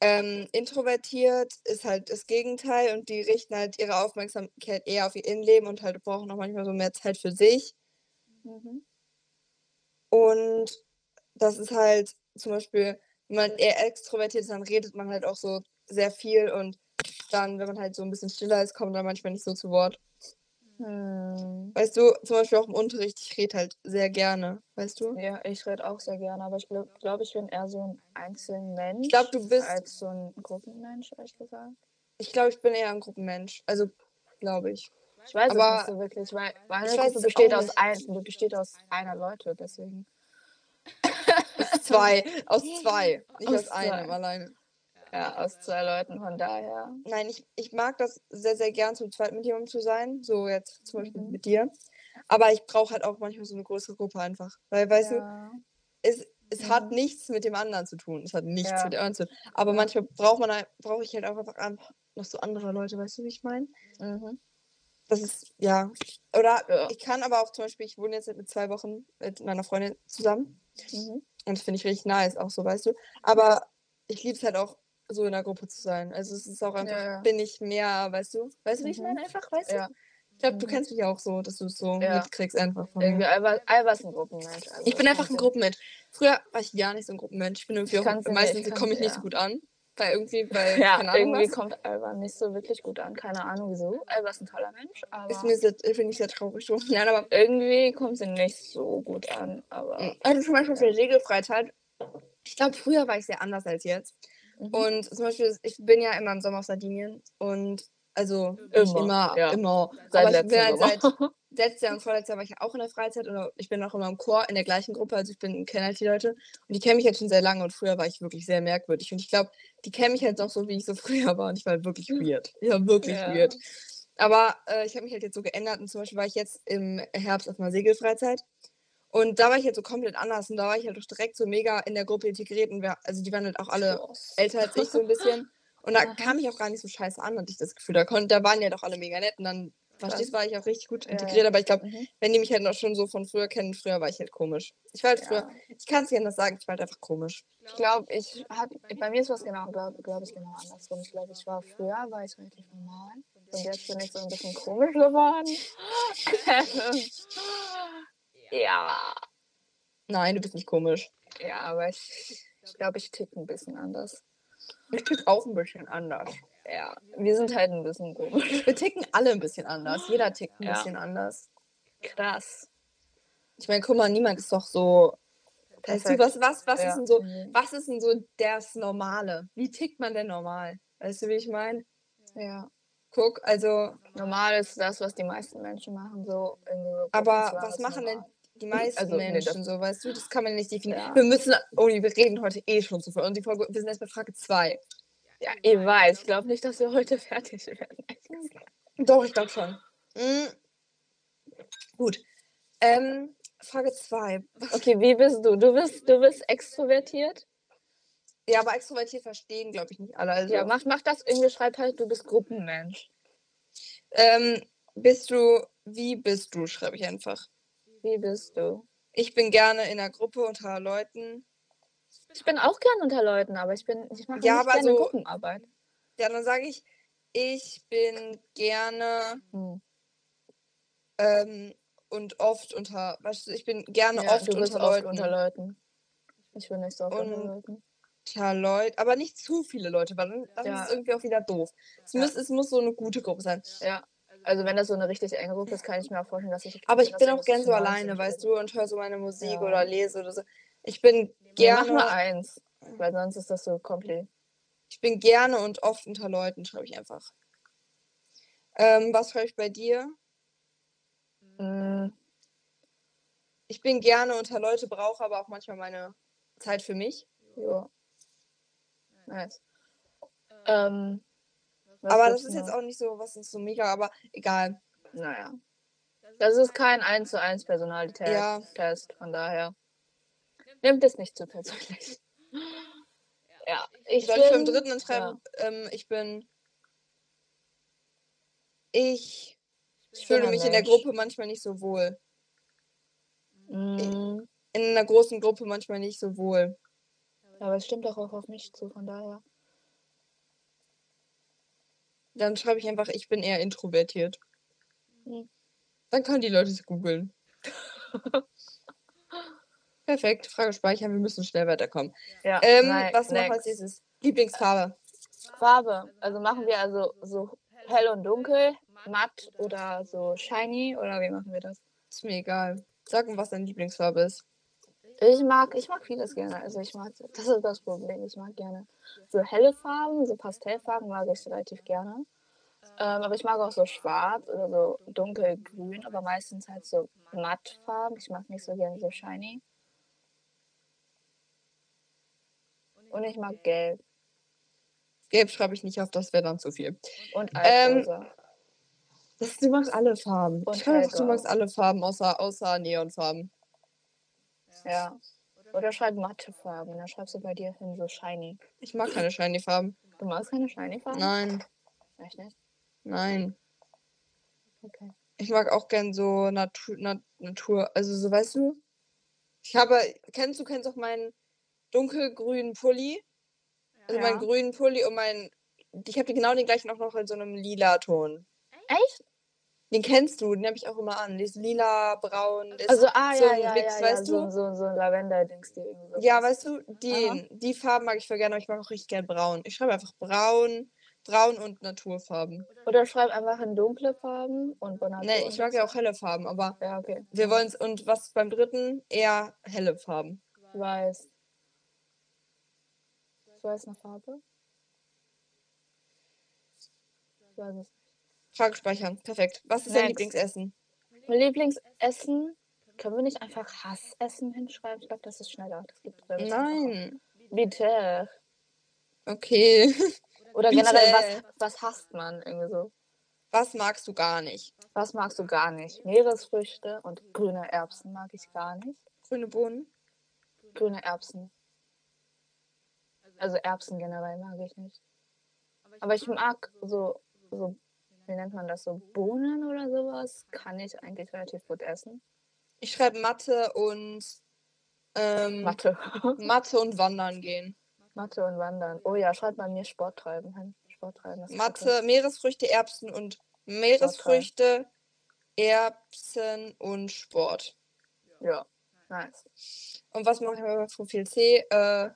[SPEAKER 3] Ähm, introvertiert ist halt das Gegenteil und die richten halt ihre Aufmerksamkeit eher auf ihr Innenleben und halt brauchen auch manchmal so mehr Zeit für sich.
[SPEAKER 2] Mhm.
[SPEAKER 3] Und das ist halt zum Beispiel, wenn man eher extrovertiert ist, dann redet man halt auch so sehr viel und dann, wenn man halt so ein bisschen stiller ist, kommt man manchmal nicht so zu Wort.
[SPEAKER 2] Hm.
[SPEAKER 3] Weißt du, zum Beispiel auch im Unterricht, ich rede halt sehr gerne, weißt du?
[SPEAKER 2] Ja, ich rede auch sehr gerne, aber ich glaube, glaub, ich bin eher so ein Einzelmensch
[SPEAKER 3] Ich glaube, du bist,
[SPEAKER 2] als so ein Gruppenmensch, ehrlich gesagt.
[SPEAKER 3] ich glaube, ich bin eher ein Gruppenmensch. Also, glaube ich.
[SPEAKER 2] Ich weiß
[SPEAKER 3] Aber-
[SPEAKER 2] es nicht so wirklich, weil meine
[SPEAKER 3] Ich weiß
[SPEAKER 2] Gruppe
[SPEAKER 3] es
[SPEAKER 2] besteht
[SPEAKER 3] auch
[SPEAKER 2] aus,
[SPEAKER 3] nicht.
[SPEAKER 2] ein, die besteht aus einer Leute, deswegen.
[SPEAKER 3] Zwei, aus zwei, nicht
[SPEAKER 2] Aus
[SPEAKER 3] aus, einem
[SPEAKER 2] zwei.
[SPEAKER 3] alleine.
[SPEAKER 2] Ja,
[SPEAKER 3] Äh,
[SPEAKER 2] aus zwei Leuten, von daher.
[SPEAKER 3] Nein, ich, ich mag das sehr, sehr gern, zum Zweiten mit jemandem zu sein. So jetzt zum Beispiel
[SPEAKER 2] Mhm.
[SPEAKER 3] mit dir. Aber ich brauche halt auch manchmal so eine größere Gruppe einfach. Weil, weißt du,
[SPEAKER 2] ja.
[SPEAKER 3] es, es
[SPEAKER 2] Ja.
[SPEAKER 3] hat nichts mit dem anderen zu tun. Es hat nichts
[SPEAKER 2] Ja.
[SPEAKER 3] mit dem anderen zu tun. Aber
[SPEAKER 2] Ja.
[SPEAKER 3] manchmal braucht man halt- brauche ich halt auch einfach an- noch so andere Leute, weißt du, wie ich meine?
[SPEAKER 2] Mhm.
[SPEAKER 3] Das ist, ja. Oder
[SPEAKER 2] Ja.
[SPEAKER 3] ich kann aber auch zum Beispiel, ich wohne jetzt mit zwei Wochen mit meiner Freundin zusammen.
[SPEAKER 2] Mhm.
[SPEAKER 3] Und das finde ich richtig nice, auch so, weißt du. Aber ich liebe es halt auch, so in der Gruppe zu sein. Also es ist auch einfach,
[SPEAKER 2] Ja, ja.
[SPEAKER 3] bin ich mehr, weißt du? Weißt du, wie ich
[SPEAKER 2] Mhm.
[SPEAKER 3] meine? Einfach, weißt du?
[SPEAKER 2] Ja.
[SPEAKER 3] Ich glaube, du
[SPEAKER 2] Mhm.
[SPEAKER 3] kennst mich ja auch so, dass du es so
[SPEAKER 2] Ja.
[SPEAKER 3] mitkriegst einfach von
[SPEAKER 2] Irgendwie
[SPEAKER 3] mir.
[SPEAKER 2] Alba, Alba ist ein Gruppenmensch. Also
[SPEAKER 3] Ich bin
[SPEAKER 2] das
[SPEAKER 3] einfach ein
[SPEAKER 2] macht
[SPEAKER 3] Gruppenmensch. Früher war ich gar nicht so ein Gruppenmensch. Ich bin irgendwie
[SPEAKER 2] Ich
[SPEAKER 3] auch,
[SPEAKER 2] kann's nicht, ich
[SPEAKER 3] meistens
[SPEAKER 2] kann's-
[SPEAKER 3] komme ich nicht
[SPEAKER 2] ja.
[SPEAKER 3] so gut an. Weil irgendwie, weil,
[SPEAKER 2] Ja,
[SPEAKER 3] keine Ahnung
[SPEAKER 2] irgendwie
[SPEAKER 3] was.
[SPEAKER 2] kommt Alba nicht so wirklich gut an. Keine Ahnung wieso. Alba ist ein toller Mensch, aber
[SPEAKER 3] Ist mir sehr, finde ich sehr traurig. so. Nein, aber
[SPEAKER 2] irgendwie kommt sie nicht so gut an. Aber
[SPEAKER 3] Also zum Beispiel für Segelfreiheit. Ich glaube, früher war ich sehr anders als jetzt.
[SPEAKER 2] Mhm.
[SPEAKER 3] Und zum Beispiel, ich bin ja immer im Sommer auf Sardinien und also
[SPEAKER 2] Immer,
[SPEAKER 3] nicht immer,
[SPEAKER 2] ja.
[SPEAKER 3] immer.
[SPEAKER 2] seit
[SPEAKER 3] aber ich bin
[SPEAKER 2] letztem
[SPEAKER 3] halt
[SPEAKER 2] Sommer.
[SPEAKER 3] seit letztes Jahr und vorletztes Jahr war ich ja auch in der Freizeit oder ich bin auch immer im Chor in der gleichen Gruppe. Also ich bin, kenne halt die Leute und die kennen mich halt schon sehr lange und früher war ich wirklich sehr merkwürdig. Und ich glaube, die kennen mich halt noch so, wie ich so früher war und ich war halt wirklich weird. Ich war wirklich
[SPEAKER 2] Ja.
[SPEAKER 3] weird. Aber äh, ich habe mich halt jetzt so geändert und zum Beispiel war ich jetzt im Herbst auf einer Segelfreizeit und da war ich halt so komplett anders und da war ich halt auch direkt so mega in der Gruppe integriert und wir, also die waren halt auch alle älter als ich so ein bisschen. Und da
[SPEAKER 2] Aha.
[SPEAKER 3] kam ich auch gar nicht so scheiße an, hatte ich das Gefühl. Da, konnte, da waren ja doch alle mega nett. Und dann, verstehst du, war ich auch richtig gut
[SPEAKER 2] Ja,
[SPEAKER 3] integriert.
[SPEAKER 2] ja.
[SPEAKER 3] Aber ich glaube,
[SPEAKER 2] Mhm.
[SPEAKER 3] wenn die mich halt noch schon so von früher kennen, früher war ich halt komisch. Ich war halt früher,
[SPEAKER 2] Ja.
[SPEAKER 3] ich kann es nicht anders sagen, ich war halt einfach komisch.
[SPEAKER 2] Ich glaube, ich hab, bei mir ist was genau, glaube glaub ich, genau andersrum. Ich glaube, ich war früher, war ich relativ normal. Und jetzt bin ich so ein bisschen komisch geworden. ja,
[SPEAKER 3] Nein, du bist nicht komisch.
[SPEAKER 2] ja, aber ich, ich glaube, ich tick ein bisschen anders.
[SPEAKER 3] Ich tick auch ein bisschen anders.
[SPEAKER 2] Ja, wir sind halt ein bisschen komisch.
[SPEAKER 3] Wir ticken alle ein bisschen anders. Jeder tickt ein
[SPEAKER 2] Ja.
[SPEAKER 3] bisschen anders.
[SPEAKER 2] Krass.
[SPEAKER 3] Ich meine, guck mal, niemand ist doch so. Weißt du,
[SPEAKER 2] Perfekt.
[SPEAKER 3] was, was, was
[SPEAKER 2] Ja.
[SPEAKER 3] ist denn so,
[SPEAKER 2] Mhm.
[SPEAKER 3] was ist denn so das Normale? Wie tickt man denn normal? Weißt du, wie ich meine?
[SPEAKER 2] Ja.
[SPEAKER 3] Guck, also
[SPEAKER 2] Normal ist das, was die meisten Menschen machen, so in der
[SPEAKER 3] Aber was machen denn die meisten
[SPEAKER 2] Also, nee, das-
[SPEAKER 3] Menschen so, weißt du? Das kann man nicht definieren.
[SPEAKER 2] Ja.
[SPEAKER 3] Wir müssen, Oli, wir reden heute eh schon zu viel. Und die Folge, wir sind erst bei Frage 2.
[SPEAKER 2] Ja, ich weiß. Ich glaube nicht, dass wir heute fertig werden.
[SPEAKER 3] Hm. Doch, ich glaube schon. Mm. Gut. Ähm, Frage 2.
[SPEAKER 2] Okay, wie bist du? Du bist, du bist extrovertiert?
[SPEAKER 3] Ja, aber extrovertiert verstehen, glaube ich, nicht alle. Also,
[SPEAKER 2] Ja, mach, mach das irgendwie. Schreib halt, du bist Gruppenmensch.
[SPEAKER 3] ähm, bist du, wie bist du, schreibe ich einfach.
[SPEAKER 2] Wie bist du?
[SPEAKER 3] Ich bin gerne in einer Gruppe unter Leuten.
[SPEAKER 2] Ich bin auch gern unter Leuten, aber ich bin, ich mache
[SPEAKER 3] Ja,
[SPEAKER 2] nicht
[SPEAKER 3] aber
[SPEAKER 2] gerne
[SPEAKER 3] so-
[SPEAKER 2] Gruppenarbeit.
[SPEAKER 3] Ja, dann sage ich, ich bin gerne
[SPEAKER 2] Hm.
[SPEAKER 3] ähm, und oft unter, weißt du, ich bin gerne
[SPEAKER 2] Ja,
[SPEAKER 3] oft,
[SPEAKER 2] du bist
[SPEAKER 3] unter,
[SPEAKER 2] oft
[SPEAKER 3] Leuten,
[SPEAKER 2] unter
[SPEAKER 3] unter,
[SPEAKER 2] Leuten. Ich bin nicht so oft unter
[SPEAKER 3] Und-
[SPEAKER 2] Leuten.
[SPEAKER 3] Leuten, aber nicht zu viele Leute, weil dann, dann
[SPEAKER 2] Ja.
[SPEAKER 3] ist es irgendwie auch wieder doof. Es,
[SPEAKER 2] Ja.
[SPEAKER 3] muss, es muss so eine gute Gruppe sein.
[SPEAKER 2] Ja. Also wenn das so eine richtig enge Gruppe ist, kann ich mir auch vorstellen, dass ich.
[SPEAKER 3] Aber ich
[SPEAKER 2] dass
[SPEAKER 3] bin
[SPEAKER 2] wir
[SPEAKER 3] auch
[SPEAKER 2] das
[SPEAKER 3] gern
[SPEAKER 2] zu
[SPEAKER 3] so
[SPEAKER 2] neun
[SPEAKER 3] alleine,
[SPEAKER 2] sind
[SPEAKER 3] weißt
[SPEAKER 2] oder
[SPEAKER 3] du, und höre so meine Musik
[SPEAKER 2] Ja.
[SPEAKER 3] oder lese oder so. Ich
[SPEAKER 2] so.
[SPEAKER 3] bin
[SPEAKER 2] Mach nur
[SPEAKER 3] gerne,
[SPEAKER 2] eins, weil sonst ist das so komplett.
[SPEAKER 3] ich bin gerne und oft unter Leuten, schreibe ich einfach. Ähm, was schreibe ich bei dir?
[SPEAKER 2] Mm,
[SPEAKER 3] Ich bin gerne unter Leute, brauche aber auch manchmal meine Zeit für mich.
[SPEAKER 2] jo. Nice. Ähm, was
[SPEAKER 3] aber
[SPEAKER 2] gibt's
[SPEAKER 3] das ist jetzt
[SPEAKER 2] noch?
[SPEAKER 3] auch nicht so, was ist so mega, aber egal.
[SPEAKER 2] Naja. Das ist halt ne? kein 1 zu 1 Personalität
[SPEAKER 3] Ja.
[SPEAKER 2] Test, von daher. Nimmt es nicht zu persönlich. Ja, ich
[SPEAKER 3] Soll ich beim
[SPEAKER 2] bin-
[SPEAKER 3] dritten dann schreiben, ähm, ich bin. Ich
[SPEAKER 2] Ich bin
[SPEAKER 3] fühle
[SPEAKER 2] ein
[SPEAKER 3] mich in der
[SPEAKER 2] Mensch.
[SPEAKER 3] Gruppe manchmal nicht so wohl.
[SPEAKER 2] Ja. Mm,
[SPEAKER 3] In einer großen Gruppe manchmal nicht so wohl.
[SPEAKER 2] aber es stimmt doch auch auf mich zu, von daher.
[SPEAKER 3] Dann schreibe ich einfach, ich bin eher introvertiert.
[SPEAKER 2] Mhm.
[SPEAKER 3] Dann können die Leute es googeln. Perfekt, Frage speichern, wir müssen schnell weiterkommen.
[SPEAKER 2] Ja,
[SPEAKER 3] Ähm,
[SPEAKER 2] nein,
[SPEAKER 3] was machen wir
[SPEAKER 2] next.
[SPEAKER 3] als nächstes? Lieblingsfarbe.
[SPEAKER 2] Farbe. Also machen wir also so hell und dunkel, matt oder so shiny oder wie machen wir das?
[SPEAKER 3] Ist mir egal. Sag mir, was deine Lieblingsfarbe ist.
[SPEAKER 2] Ich mag, ich mag vieles gerne. Also ich mag, das ist das Problem. Ich mag gerne so helle Farben, so Pastellfarben mag ich relativ gerne. Ähm, aber ich mag auch so schwarz oder so dunkelgrün, aber meistens halt so mattfarben. Ich mag nicht so gerne so shiny. Und ich mag gelb
[SPEAKER 3] Gelb schreibe ich nicht auf, das wäre dann zu viel.
[SPEAKER 2] und
[SPEAKER 3] Ähm,
[SPEAKER 2] altrosa.
[SPEAKER 3] Das, du magst alle Farben.
[SPEAKER 2] Und
[SPEAKER 3] ich glaube einfach, du
[SPEAKER 2] hellblau.
[SPEAKER 3] magst alle Farben, außer, außer Neonfarben.
[SPEAKER 2] ja. Oder schreib matte Farben. Dann schreibst du bei dir hin so shiny.
[SPEAKER 3] Ich mag keine shiny Farben.
[SPEAKER 2] Du magst keine shiny Farben?
[SPEAKER 3] Nein,
[SPEAKER 2] Echt nicht?
[SPEAKER 3] nein.
[SPEAKER 2] Okay.
[SPEAKER 3] Ich mag auch gern so Natur, Nat Natur. Also so, weißt du? Ich habe, kennst du, kennst auch meinen dunkelgrünen Pulli? Also meinen
[SPEAKER 2] Ja.
[SPEAKER 3] grünen Pulli und meinen, ich habe genau den gleichen auch noch in so einem lila Ton.
[SPEAKER 2] Echt?
[SPEAKER 3] Den kennst du, den habe ich auch immer an. Diesen lila, braun. der ist-
[SPEAKER 2] Also, ah,
[SPEAKER 3] so
[SPEAKER 2] ja,
[SPEAKER 3] ein
[SPEAKER 2] ja,
[SPEAKER 3] Mix,
[SPEAKER 2] ja,
[SPEAKER 3] weißt
[SPEAKER 2] ja, So,
[SPEAKER 3] du?
[SPEAKER 2] so, so ein Lavender-Dings. die irgendwie so-
[SPEAKER 3] Ja, weißt du, den, die Farben mag ich voll gerne, aber ich mag auch richtig gern braun. Ich schreibe einfach braun, braun und Naturfarben.
[SPEAKER 2] Oder schreib einfach in dunkle Farben und Mhm. Bonatur.
[SPEAKER 3] Nee, ich mag ja auch helle Farben, aber
[SPEAKER 2] Ja, okay.
[SPEAKER 3] wir wollen es, und was beim dritten? Eher helle Farben.
[SPEAKER 2] Weiß. Ist Weiß eine Farbe? Ich weiß es.
[SPEAKER 3] Frage speichern, perfekt. Was ist dein
[SPEAKER 2] Next.
[SPEAKER 3] Lieblingsessen?
[SPEAKER 2] Mein Lieblingsessen. Können wir nicht einfach Hassessen hinschreiben? Ich glaube, das ist schneller. Das gibt glaub ich, einfacher.
[SPEAKER 3] Nein.
[SPEAKER 2] Bitte.
[SPEAKER 3] Okay.
[SPEAKER 2] Oder
[SPEAKER 3] Bitte.
[SPEAKER 2] generell, was, was hasst man? Irgendwie so.
[SPEAKER 3] Was magst du gar nicht?
[SPEAKER 2] Was magst du gar nicht? Meeresfrüchte und grüne Erbsen mag ich gar nicht.
[SPEAKER 3] Grüne Bohnen?
[SPEAKER 2] Grüne Erbsen. Also Erbsen generell mag ich nicht. Aber ich mag so, so wie nennt man das, so Bohnen oder sowas, kann ich eigentlich relativ gut essen.
[SPEAKER 3] Ich schreibe Mathe und ähm,
[SPEAKER 2] Mathe.
[SPEAKER 3] Mathe und Wandern gehen.
[SPEAKER 2] Mathe und Wandern. Oh ja, schreibt bei mir Sport treiben hin. Sport treiben. das ist gut.
[SPEAKER 3] Mathe, Meeresfrüchte, Erbsen und Meeresfrüchte, Erbsen und Sport.
[SPEAKER 2] Ja, nice.
[SPEAKER 3] Und was machen wir bei Profil C? Äh,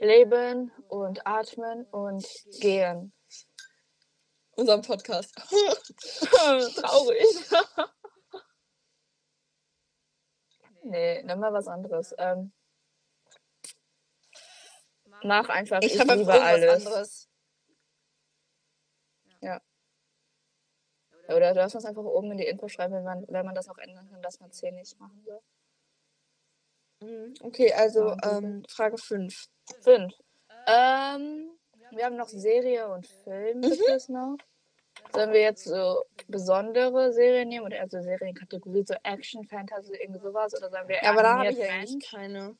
[SPEAKER 2] Leben und atmen und gehen.
[SPEAKER 3] unserem Podcast.
[SPEAKER 2] Traurig. nee, nimm mal was anderes. Ähm, mach einfach, ich,
[SPEAKER 3] Ich
[SPEAKER 2] ich
[SPEAKER 3] schreibe
[SPEAKER 2] liebe
[SPEAKER 3] einfach irgendwas
[SPEAKER 2] alles.
[SPEAKER 3] anderes.
[SPEAKER 2] Oder lass uns einfach oben in die Info schreiben, wenn man, wenn man das noch ändern kann, dass man 10 nicht machen soll.
[SPEAKER 3] Mhm, Okay, also
[SPEAKER 2] Ja,
[SPEAKER 3] ähm, Frage 5.
[SPEAKER 2] 5. Ähm, wir haben noch Serie und
[SPEAKER 3] Mhm.
[SPEAKER 2] Film, gibt es noch? Sollen wir jetzt so besondere Serien nehmen oder eher so Serienkategorie, so Action, Fantasy, irgendwie sowas? Oder sollen wir
[SPEAKER 3] Ja, aber da habe ich
[SPEAKER 2] animiert
[SPEAKER 3] eigentlich keine.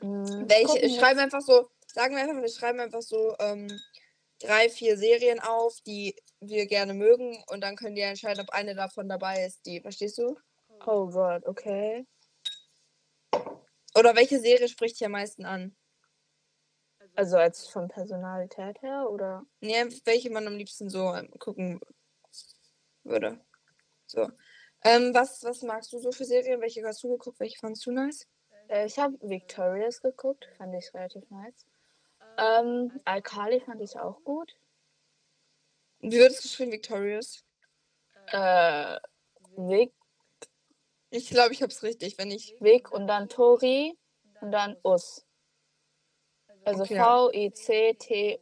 [SPEAKER 2] Menschen? Mm,
[SPEAKER 3] Welche?
[SPEAKER 2] gucken
[SPEAKER 3] Ich
[SPEAKER 2] wir-
[SPEAKER 3] schreibe einfach so, sagen wir einfach, wir schreiben einfach so ähm, drei, vier Serien auf, die wir gerne mögen und dann können die ja entscheiden, ob eine davon dabei ist, die, verstehst du?
[SPEAKER 2] Oh Gott, okay.
[SPEAKER 3] Oder welche Serie spricht dich am meisten an?
[SPEAKER 2] Also als von Personalität her oder?
[SPEAKER 3] Nee, welche man am liebsten so ähm, gucken würde. So. Ähm, was, was magst du so für Serien? Welche hast du geguckt? Welche fandst du nice?
[SPEAKER 2] Äh, ich habe Victorious geguckt, fand ich relativ nice. Ähm, Alkali fand ich auch gut.
[SPEAKER 3] Wie würdest du schreiben, Victorious?
[SPEAKER 2] Äh, Weg,
[SPEAKER 3] Ich glaube, ich habe es richtig, wenn ich.
[SPEAKER 2] Weg und dann Tori und dann Us. Also
[SPEAKER 3] Okay.
[SPEAKER 2] V-I-C-T-O-R-I-U-S.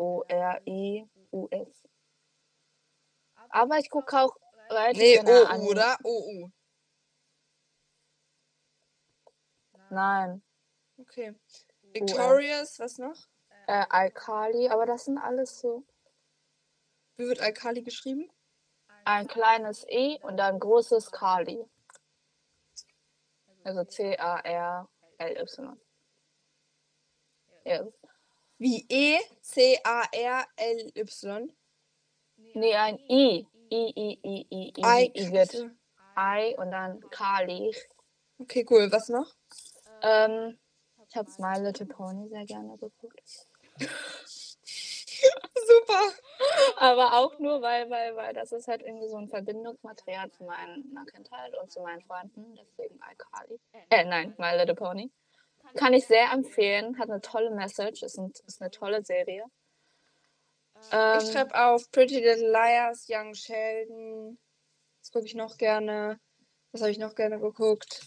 [SPEAKER 2] Aber ich gucke auch relativ
[SPEAKER 3] Nee,
[SPEAKER 2] genau
[SPEAKER 3] OU,
[SPEAKER 2] an.
[SPEAKER 3] oder? OU.
[SPEAKER 2] Nein,
[SPEAKER 3] Okay. Victorious, was noch?
[SPEAKER 2] äh, Alkali, aber das sind alles so
[SPEAKER 3] Wie wird Alkali geschrieben?
[SPEAKER 2] ein kleines E und dann großes Kali. Also C-A-R-L-Y. Yes.
[SPEAKER 3] Wie E, C, A, R, L, Y.
[SPEAKER 2] Nee, ein I. I, I, I, I, I, I, I, wird I und dann Kali.
[SPEAKER 3] Okay, cool. Was noch?
[SPEAKER 2] Ähm, ich habe My Little Pony sehr gerne geguckt.
[SPEAKER 3] Super.
[SPEAKER 2] Aber auch nur, weil, weil, weil das ist halt irgendwie so ein Verbindungsmaterial zu meiner Kindheit und zu meinen Freunden. Deswegen Alkali. Äh, nein, My Little Pony. Kann ich sehr empfehlen. Hat eine tolle Message. Ist, ein, ist eine tolle Serie. Ähm,
[SPEAKER 3] Ich schreibe auf Pretty Little Liars, Young Sheldon. Das gucke ich noch gerne. Was habe ich noch gerne geguckt?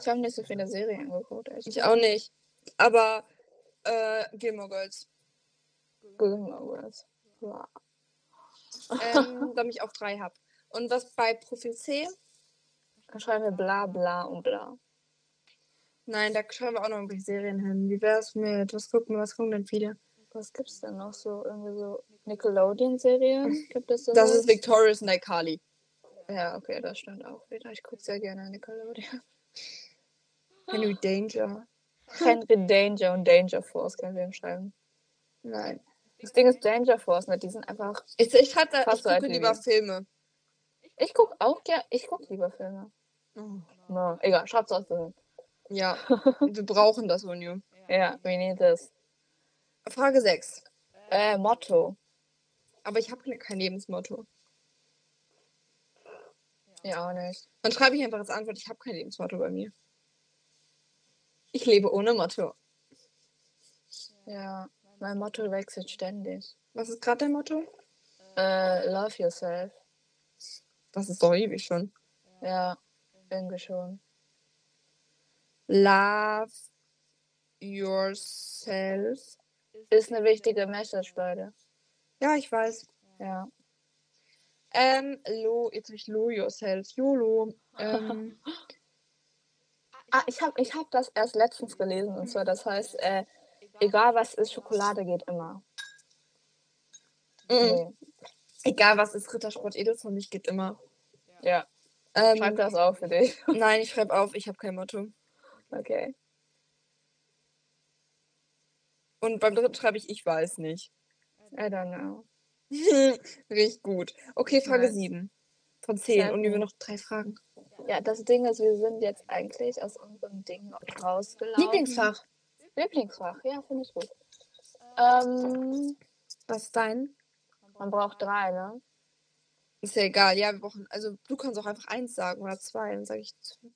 [SPEAKER 2] ich habe nicht so viele Serien geguckt. ehrlich
[SPEAKER 3] Ich auch nicht. Aber äh, Gilmore Girls.
[SPEAKER 2] gesagt. Ja.
[SPEAKER 3] Ähm, damit ich auch drei habe. Und was bei Profil C?
[SPEAKER 2] Dann schreiben wir bla bla und bla.
[SPEAKER 3] Nein, da schauen wir auch noch irgendwie Serien hin. Wie wäre es mit? Was gucken, was gucken denn viele?
[SPEAKER 2] Was gibt's denn noch so? Irgendwie so Nickelodeon-Serien? Gibt es
[SPEAKER 3] Das
[SPEAKER 2] sowas?
[SPEAKER 3] ist Victorious and Carly.
[SPEAKER 2] Ja, okay, das stimmt auch wieder. Ich gucke sehr gerne Nickelodeon.
[SPEAKER 3] Henry Danger.
[SPEAKER 2] Henry Danger und Danger Force können wir ihm schreiben.
[SPEAKER 3] Nein.
[SPEAKER 2] Das Ding ist Danger Force, ne? Die sind einfach.
[SPEAKER 3] Ich, ich schreibe da, ich
[SPEAKER 2] Fast so alt
[SPEAKER 3] gucke
[SPEAKER 2] wie
[SPEAKER 3] lieber
[SPEAKER 2] wir.
[SPEAKER 3] Filme.
[SPEAKER 2] Ich gucke auch gerne. Ich gucke lieber Filme. No, egal, schreibt's aus Film.
[SPEAKER 3] Ja, wir brauchen das, Unio.
[SPEAKER 2] Ja, we need this.
[SPEAKER 3] Frage 6.
[SPEAKER 2] Äh, Motto.
[SPEAKER 3] Aber ich habe kein Lebensmotto.
[SPEAKER 2] Ja, auch nicht.
[SPEAKER 3] Dann schreibe ich einfach als Antwort, ich habe kein Lebensmotto bei mir. Ich lebe ohne Motto.
[SPEAKER 2] Ja, mein Motto wechselt ständig.
[SPEAKER 3] Was ist gerade dein Motto?
[SPEAKER 2] Äh, love yourself.
[SPEAKER 3] Das ist doch ewig schon.
[SPEAKER 2] Ja, irgendwie schon.
[SPEAKER 3] Love yourself.
[SPEAKER 2] Ist eine wichtige Message, Leute.
[SPEAKER 3] Ja, ich weiß.
[SPEAKER 2] Ja.
[SPEAKER 3] Ähm, lo, jetzt hab ich lo yourself. YOLO.
[SPEAKER 2] Mhm.
[SPEAKER 3] Ähm,
[SPEAKER 2] Ah, ich habe ich hab das erst letztens gelesen und zwar, das heißt, äh, egal was ist, Schokolade geht immer.
[SPEAKER 3] mm,
[SPEAKER 2] Nee.
[SPEAKER 3] egal was ist, Rittersport edel für mich geht immer.
[SPEAKER 2] Ja, schreib
[SPEAKER 3] Ähm,
[SPEAKER 2] das auch für dich.
[SPEAKER 3] nein, ich schreibe auf, ich habe kein Motto.
[SPEAKER 2] Okay.
[SPEAKER 3] Und beim dritten schreibe ich, ich weiß nicht.
[SPEAKER 2] I don't know.
[SPEAKER 3] Richtig gut. Okay, Frage
[SPEAKER 2] Nice.
[SPEAKER 3] 7 von 10.
[SPEAKER 2] Sehr
[SPEAKER 3] Und wir
[SPEAKER 2] gut.
[SPEAKER 3] noch drei Fragen.
[SPEAKER 2] Ja, das Ding ist, wir sind jetzt eigentlich aus unserem Ding rausgelaufen.
[SPEAKER 3] Lieblingsfach.
[SPEAKER 2] Lieblingsfach, ja, finde ich gut. Ähm,
[SPEAKER 3] Was ist dein?
[SPEAKER 2] man braucht drei, ne?
[SPEAKER 3] Ist ja egal. Ja, wir brauchen. Also, du kannst auch einfach eins sagen oder zwei. Dann sage ich. zwei.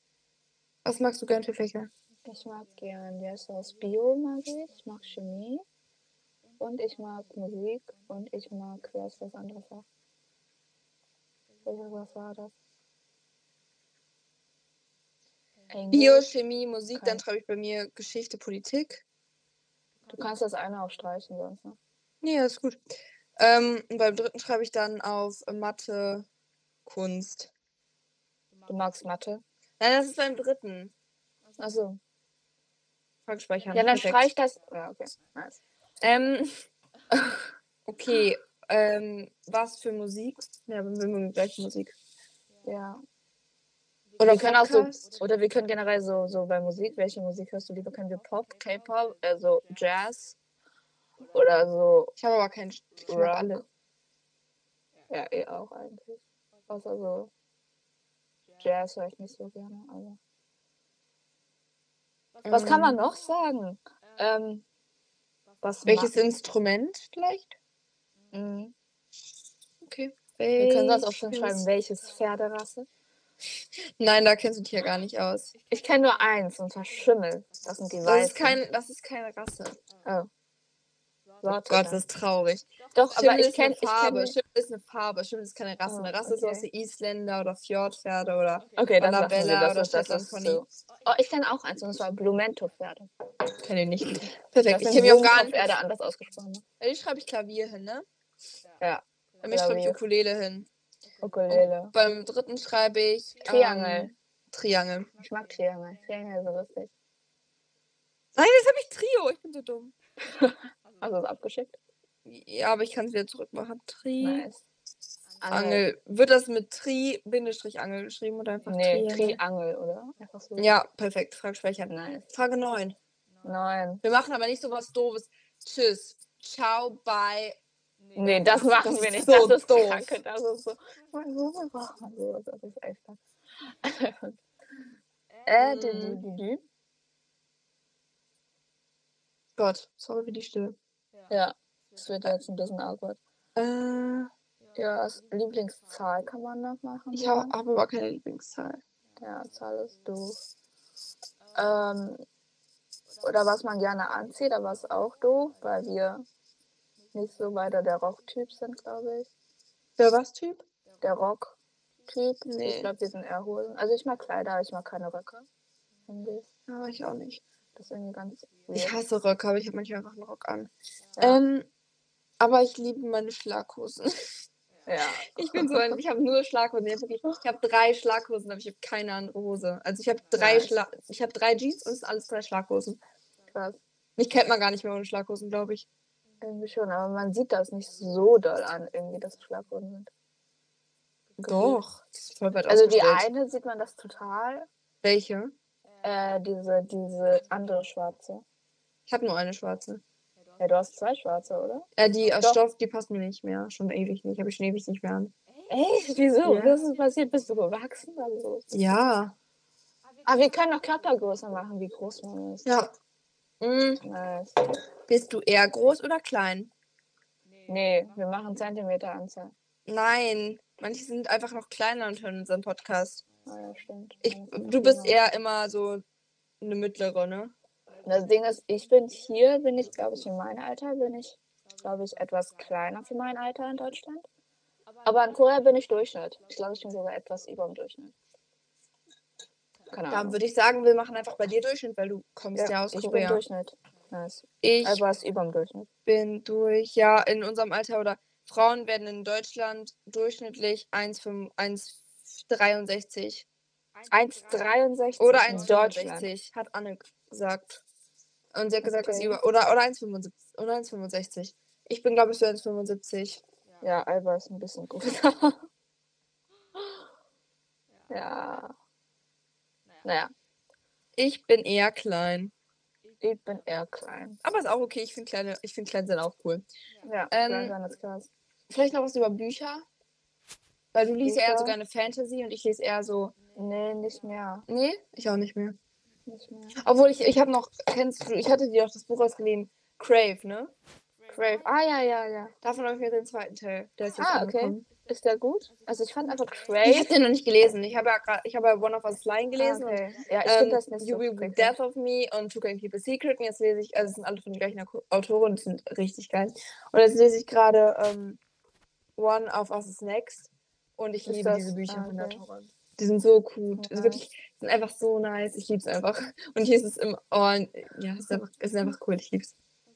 [SPEAKER 3] Was magst du gern für Fächer?
[SPEAKER 2] Ich mag gern, der ist aus Bio, mag ich. Ich mag Chemie. Und ich mag Musik. Und ich mag, wer ist das andere Fach? Welches was war das? Englisch.
[SPEAKER 3] Biochemie, Musik. Dann
[SPEAKER 2] Kein-
[SPEAKER 3] schreibe ich bei mir Geschichte, Politik.
[SPEAKER 2] Du kannst das eine auch streichen sonst, ne?
[SPEAKER 3] Nee, ja, ist gut. Ähm, und beim dritten schreibe ich dann auf äh, Mathe, Kunst.
[SPEAKER 2] Du magst Mathe.
[SPEAKER 3] Nein, das ist beim dritten.
[SPEAKER 2] Achso.
[SPEAKER 3] Frage speichern.
[SPEAKER 2] Ja, dann
[SPEAKER 3] Perfekt.
[SPEAKER 2] streich das. Ja, okay. Nice.
[SPEAKER 3] Ähm, okay, ähm, was für Musik? Ja, wir mögen gleich Musik.
[SPEAKER 2] Ja.
[SPEAKER 3] Oder
[SPEAKER 2] wir können auch so,
[SPEAKER 3] Podcast?
[SPEAKER 2] oder wir können generell so, so bei Musik, welche Musik hörst du lieber? Können wir Pop, K-Pop, also Jazz oder so
[SPEAKER 3] Ich habe aber keinen. Sch- Ich mag
[SPEAKER 2] Rock.
[SPEAKER 3] alle.
[SPEAKER 2] Ja, eh auch eigentlich. Außer so Jazz höre ich nicht so gerne. Aber. Was kann
[SPEAKER 3] Ähm.
[SPEAKER 2] man noch sagen? Ähm, was
[SPEAKER 3] Welches Instrument vielleicht?
[SPEAKER 2] Ma mhm.
[SPEAKER 3] Okay.
[SPEAKER 2] Wir können sonst auch schon schreiben, welches Pferderasse.
[SPEAKER 3] Nein, da kennst du dich ja gar nicht aus.
[SPEAKER 2] Ich kenne nur eins, und zwar Schimmel. Das sind die
[SPEAKER 3] Das
[SPEAKER 2] Weißen.
[SPEAKER 3] ist, kein, das ist keine Rasse.
[SPEAKER 2] Oh. Warte,
[SPEAKER 3] Gott, das ist traurig.
[SPEAKER 2] Doch,
[SPEAKER 3] Schimmel
[SPEAKER 2] aber ich
[SPEAKER 3] ist eine
[SPEAKER 2] kenne
[SPEAKER 3] Farbe. Ah,
[SPEAKER 2] kenn,
[SPEAKER 3] Schimmel ist eine Farbe. Schimmel ist keine Rasse.
[SPEAKER 2] Oh,
[SPEAKER 3] eine Rasse ist sowas
[SPEAKER 2] okay.
[SPEAKER 3] wie Isländer oder Fjordpferde oder.
[SPEAKER 2] Okay, das lassen
[SPEAKER 3] Annabella
[SPEAKER 2] wir, das
[SPEAKER 3] oder
[SPEAKER 2] ist, das ist
[SPEAKER 3] Shetland
[SPEAKER 2] so. Oh, ich kenne auch eins, und zwar Blumento-Pferde.
[SPEAKER 3] Kenne ich nicht. Perfekt. Ich
[SPEAKER 2] Das
[SPEAKER 3] kenne
[SPEAKER 2] sind
[SPEAKER 3] mich auch gar nicht.
[SPEAKER 2] Blumentopferde anders ausgesprochen. ne?
[SPEAKER 3] Bei mir schreibe ich Klavier hin, ne?
[SPEAKER 2] Ja.
[SPEAKER 3] Bei mir schreibe ich
[SPEAKER 2] Klavier.
[SPEAKER 3] Ukulele hin.
[SPEAKER 2] Ukulele.
[SPEAKER 3] Beim dritten schreibe ich. ähm,
[SPEAKER 2] Triangel.
[SPEAKER 3] Triangel.
[SPEAKER 2] Ich mag Triangel. Triangel ist so lustig.
[SPEAKER 3] Nein, jetzt habe ich Trio. Ich bin so dumm.
[SPEAKER 2] Hast du es Also, abgeschickt?
[SPEAKER 3] Ja, aber ich kann es wieder zurückmachen. Tri.
[SPEAKER 2] Nice.
[SPEAKER 3] Angel. Wird das mit Tri-Angel geschrieben oder einfach
[SPEAKER 2] Nee,
[SPEAKER 3] Triangel?
[SPEAKER 2] Triangel, oder? Einfach so.
[SPEAKER 3] Ja, perfekt. Frage speichern.
[SPEAKER 2] Nice.
[SPEAKER 3] Frage 9.
[SPEAKER 2] Nein.
[SPEAKER 3] Wir machen aber nicht so was Doofes. Tschüss. Ciao, bye.
[SPEAKER 2] Nee, das machen
[SPEAKER 3] das
[SPEAKER 2] wir
[SPEAKER 3] ist
[SPEAKER 2] nicht.
[SPEAKER 3] so
[SPEAKER 2] das ist
[SPEAKER 3] doof.
[SPEAKER 2] Kranke. Das ist so. Warum braucht man sowas? Das ist echt krank. Ähm. Äh, du, du, du, du.
[SPEAKER 3] Gott, sorry für die Stille.
[SPEAKER 2] Ja, das wird jetzt ein bisschen awkward.
[SPEAKER 3] Äh,
[SPEAKER 2] Ja, als Lieblingszahl kann man noch machen.
[SPEAKER 3] ich habe hab aber keine Lieblingszahl.
[SPEAKER 2] Ja, Zahl ist doof. Ähm, oder was man gerne anzieht, aber ist auch doof, weil wir nicht so weiter der Rock-Typ sind, glaube ich.
[SPEAKER 3] Der was Typ?
[SPEAKER 2] Der Rock-Typ.
[SPEAKER 3] Nee.
[SPEAKER 2] Ich glaube, wir sind eher Hosen. Also ich mag Kleider, aber ich mag keine Röcke. Finde ich.
[SPEAKER 3] Ja, ich auch nicht.
[SPEAKER 2] Das ist irgendwie ganz
[SPEAKER 3] Ich
[SPEAKER 2] weird.
[SPEAKER 3] hasse Röcke, aber ich habe manchmal einfach einen Rock an.
[SPEAKER 2] Ja.
[SPEAKER 3] Ähm, aber ich liebe meine Schlaghosen.
[SPEAKER 2] Ja.
[SPEAKER 3] Ich bin so ein, ich habe nur Schlaghosen. Ich habe wirklich, ich habe drei Schlaghosen, aber ich habe keine andere Hose. Also ich habe drei
[SPEAKER 2] Nice.
[SPEAKER 3] Schla ich habe drei Jeans und es sind alles drei Schlaghosen.
[SPEAKER 2] Krass.
[SPEAKER 3] Mich kennt man gar nicht mehr ohne Schlaghosen, glaube ich.
[SPEAKER 2] Irgendwie schon, aber man sieht das nicht so doll an, irgendwie, dass es Schlaghosen sind.
[SPEAKER 3] Doch. Das ist voll weit
[SPEAKER 2] Also die
[SPEAKER 3] ausgestellt.
[SPEAKER 2] eine sieht man das total.
[SPEAKER 3] Welche?
[SPEAKER 2] Äh, diese, diese andere schwarze.
[SPEAKER 3] Ich habe nur eine schwarze.
[SPEAKER 2] Ja, du hast zwei schwarze, oder?
[SPEAKER 3] Äh, die aus
[SPEAKER 2] Doch.
[SPEAKER 3] Stoff, die passt mir nicht mehr. Schon ewig nicht. Habe ich schon ewig nicht mehr an.
[SPEAKER 2] Echt? Wieso?
[SPEAKER 3] Ja.
[SPEAKER 2] Was ist passiert? Bist du gewachsen? Also,
[SPEAKER 3] Ja.
[SPEAKER 2] aber wir können auch Körpergröße machen, wie groß man ist.
[SPEAKER 3] Ja. Mm,
[SPEAKER 2] Nice.
[SPEAKER 3] bist du eher groß oder klein?
[SPEAKER 2] Nee, wir machen Zentimeteranzahl.
[SPEAKER 3] Nein. Manche sind einfach noch kleiner und hören unseren Podcast.
[SPEAKER 2] Ah, ja, stimmt.
[SPEAKER 3] Ich,
[SPEAKER 2] Ja,
[SPEAKER 3] du bist
[SPEAKER 2] genau.
[SPEAKER 3] eher immer so eine mittlere, ne?
[SPEAKER 2] Das Ding ist, ich bin hier, bin ich, glaube ich, in meinem Alter, bin ich, glaube ich, etwas kleiner für mein Alter in Deutschland. Aber in Korea bin ich Durchschnitt. Ich glaube, ich bin sogar etwas über dem Durchschnitt. Keine
[SPEAKER 3] Dann
[SPEAKER 2] Ahnung.
[SPEAKER 3] würde ich sagen, wir machen einfach bei dir Durchschnitt, weil du kommst ja, aus
[SPEAKER 2] ich bin
[SPEAKER 3] Korea.
[SPEAKER 2] Durchschnitt. Nice.
[SPEAKER 3] Ich
[SPEAKER 2] Also was über dem Durchschnitt.
[SPEAKER 3] bin durch, ja, in unserem Alter oder Frauen werden in Deutschland durchschnittlich 1,5 1,63
[SPEAKER 2] 1,63
[SPEAKER 3] oder
[SPEAKER 2] in Deutschland.
[SPEAKER 3] 1,65, hat Anne gesagt. Und sie hat gesagt, dass sie
[SPEAKER 2] Okay.
[SPEAKER 3] über, oder, oder 1,75 oder 1,65. Ich bin, glaube ich, so 1,75.
[SPEAKER 2] Ja, Alba ist ein bisschen gut. ja. Naja,
[SPEAKER 3] Ich bin eher klein.
[SPEAKER 2] ich bin eher klein.
[SPEAKER 3] Aber ist auch okay, ich finde kleine, ich finde klein sind auch cool.
[SPEAKER 2] Ja,
[SPEAKER 3] Ähm,
[SPEAKER 2] klein sein ist krass.
[SPEAKER 3] Vielleicht noch was über Bücher. Weil du liest ja eher so
[SPEAKER 2] Bücher?
[SPEAKER 3] gerne Fantasy und ich lese eher so.
[SPEAKER 2] Nee, nicht mehr.
[SPEAKER 3] Nee, ich auch nicht mehr.
[SPEAKER 2] Nicht mehr.
[SPEAKER 3] Obwohl ich, ich habe noch, kennst du, ich hatte dir doch das Buch ausgeliehen, Crave, ne?
[SPEAKER 2] Crave. Ah, ja, ja, ja.
[SPEAKER 3] Davon habe ich mir den zweiten Teil. Der ist jetzt
[SPEAKER 2] Ah, okay.
[SPEAKER 3] angekommen.
[SPEAKER 2] Ist der gut? Also ich fand einfach
[SPEAKER 3] Ich
[SPEAKER 2] Crave.
[SPEAKER 3] habe den noch nicht gelesen. Ich habe ja gerade, ich habe ja One of Us Flying gelesen.
[SPEAKER 2] Ah,
[SPEAKER 3] und,
[SPEAKER 2] okay. Ja, ich
[SPEAKER 3] ähm,
[SPEAKER 2] finde das nicht
[SPEAKER 3] You
[SPEAKER 2] so
[SPEAKER 3] Will Be
[SPEAKER 2] prickelnd.
[SPEAKER 3] Death of Me und Two Can Keep a Secret. Und jetzt lese ich, also es sind alle von der gleichen Au- Autorin, die sind richtig geil. Und jetzt lese ich gerade ähm, One of Us is Next. Und ich
[SPEAKER 2] Ist
[SPEAKER 3] liebe
[SPEAKER 2] das-
[SPEAKER 3] diese Bücher
[SPEAKER 2] ah,
[SPEAKER 3] von der
[SPEAKER 2] okay.
[SPEAKER 3] Autorin. Die sind so gut.
[SPEAKER 2] Nice.
[SPEAKER 3] Also Wirklich, sind einfach so nice. Ich liebe es einfach. Und hier ist es im Ohren. Ja, es ist einfach, es ist einfach cool. Ich liebe es.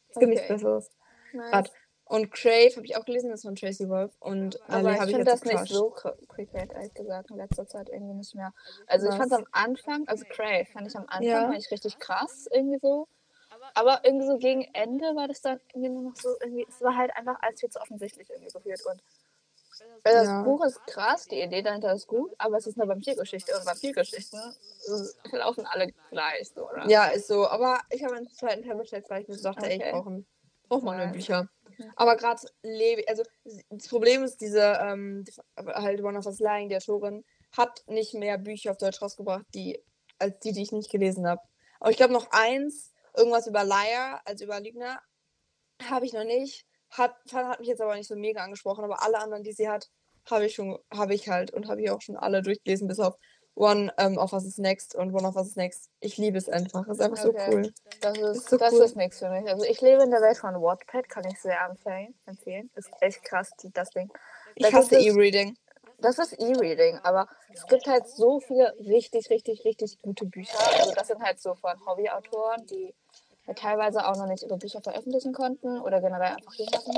[SPEAKER 3] Es gibt nichts
[SPEAKER 2] Okay.
[SPEAKER 3] Besseres.
[SPEAKER 2] Nice.
[SPEAKER 3] Grad. Und Crave habe ich auch gelesen, das ist von Tracy Wolf. Und
[SPEAKER 2] Aber
[SPEAKER 3] Lily
[SPEAKER 2] ich
[SPEAKER 3] habe ich
[SPEAKER 2] finde
[SPEAKER 3] jetzt
[SPEAKER 2] das
[SPEAKER 3] gecrushed.
[SPEAKER 2] nicht so cr- prickelnd, ehrlich gesagt, in letzter Zeit irgendwie nicht mehr. Also ich
[SPEAKER 3] Was?
[SPEAKER 2] fand es am Anfang, also Crave fand ich am Anfang
[SPEAKER 3] Ja.
[SPEAKER 2] fand ich richtig krass, irgendwie so. Aber irgendwie so gegen Ende war das dann irgendwie nur noch so, irgendwie, es war halt einfach alles viel zu offensichtlich irgendwie geführt. Und also das
[SPEAKER 3] Ja.
[SPEAKER 2] Buch ist krass, die Idee dahinter ist gut, aber es ist eine Vampirgeschichte und Vampirgeschichten äh, laufen alle gleich, so, oder?
[SPEAKER 3] Ja, ist so. Aber ich habe einen zweiten Teil bestellt, weil ich mir so dachte, ey, ich
[SPEAKER 2] Okay.
[SPEAKER 3] brauche einen- brauch mal neue
[SPEAKER 2] Nice.
[SPEAKER 3] Bücher. Aber gerade lebe also das Problem ist, diese ähm, die- halt One of Us Lying, die Autorin, hat nicht mehr Bücher auf Deutsch rausgebracht, die, als die, die ich nicht gelesen habe. Aber ich glaube noch eins, irgendwas über Liar, also über Lügner, habe ich noch nicht. Hat, hat mich jetzt aber nicht so mega angesprochen, aber alle anderen, die sie hat, habe ich schon, habe ich halt und habe ich auch schon alle durchgelesen, bis auf One ähm, of Us is Next und One of Us is Next. Ich liebe es einfach. Ist einfach
[SPEAKER 2] Okay.
[SPEAKER 3] so cool.
[SPEAKER 2] Das ist,
[SPEAKER 3] so
[SPEAKER 2] das
[SPEAKER 3] cool.
[SPEAKER 2] ist nichts für mich. Also ich lebe in der Welt von Wattpad, kann ich sehr empfehlen. empfehlen. Ist echt krass, die- das Ding. Da
[SPEAKER 3] Ich hasse
[SPEAKER 2] gibt es-
[SPEAKER 3] E-Reading.
[SPEAKER 2] Das ist E-Reading, aber es gibt halt so viele richtig, richtig, richtig gute Bücher. Also das sind halt so von Hobbyautoren, die halt teilweise auch noch nicht ihre Bücher veröffentlichen konnten oder generell einfach liegen lassen.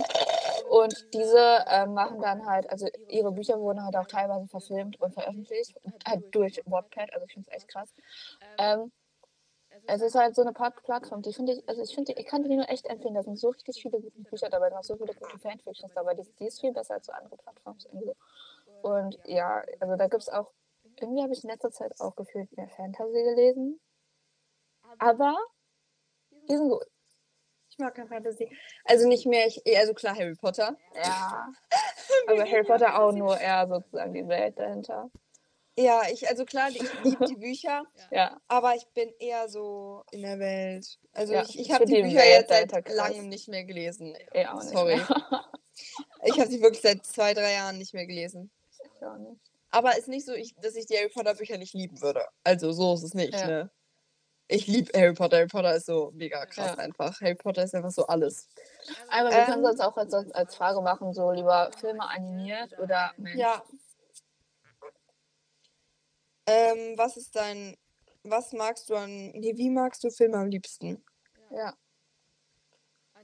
[SPEAKER 2] Und diese ähm, machen dann halt, also ihre Bücher wurden halt auch teilweise verfilmt und veröffentlicht, halt durch Wattpad, also ich finde es echt krass. Ähm, es ist halt so eine Plat- Plattform, die finde ich, also ich finde, die- ich kann die nur echt empfehlen, da sind so richtig viele gute Bücher dabei, noch so viele gute Fanfictions dabei, die, die ist viel besser als so andere Plattformen irgendwie. Und ja, also da gibt es auch, irgendwie habe ich in letzter Zeit auch gefühlt mehr Fantasy gelesen. Aber die sind gut.
[SPEAKER 3] Ich mag keine Fantasy. Also nicht mehr, ich, also klar Harry Potter.
[SPEAKER 2] Ja. Aber Harry Potter auch nur eher sozusagen die Welt dahinter.
[SPEAKER 3] Ja, ich, also klar, ich liebe die Bücher,
[SPEAKER 2] Ja.
[SPEAKER 3] aber ich bin eher so in der Welt. Also
[SPEAKER 2] Ja,
[SPEAKER 3] ich, ich
[SPEAKER 2] ich
[SPEAKER 3] habe
[SPEAKER 2] bin
[SPEAKER 3] die
[SPEAKER 2] die
[SPEAKER 3] Bücher
[SPEAKER 2] Welt,
[SPEAKER 3] jetzt seit
[SPEAKER 2] Alter, krass.
[SPEAKER 3] langem nicht mehr gelesen.
[SPEAKER 2] Eher eh auch nicht.
[SPEAKER 3] Sorry.
[SPEAKER 2] Mehr.
[SPEAKER 3] Ich habe sie wirklich seit zwei, drei Jahren nicht mehr gelesen.
[SPEAKER 2] Ich auch nicht.
[SPEAKER 3] Aber ist nicht so, ich, dass ich die Harry Potter Bücher nicht lieben würde. Also so ist es nicht,
[SPEAKER 2] Ja.
[SPEAKER 3] ne? Ich liebe Harry Potter. Harry Potter ist so mega
[SPEAKER 2] Ja.
[SPEAKER 3] krass einfach. Harry Potter ist einfach so alles.
[SPEAKER 2] Aber wir
[SPEAKER 3] Ähm,
[SPEAKER 2] können sonst auch als, als Frage machen, so lieber Filme animiert oder Mensch.
[SPEAKER 3] Ja. Ähm, was ist dein, was magst du an, nee, wie magst du Filme am liebsten?
[SPEAKER 2] ja.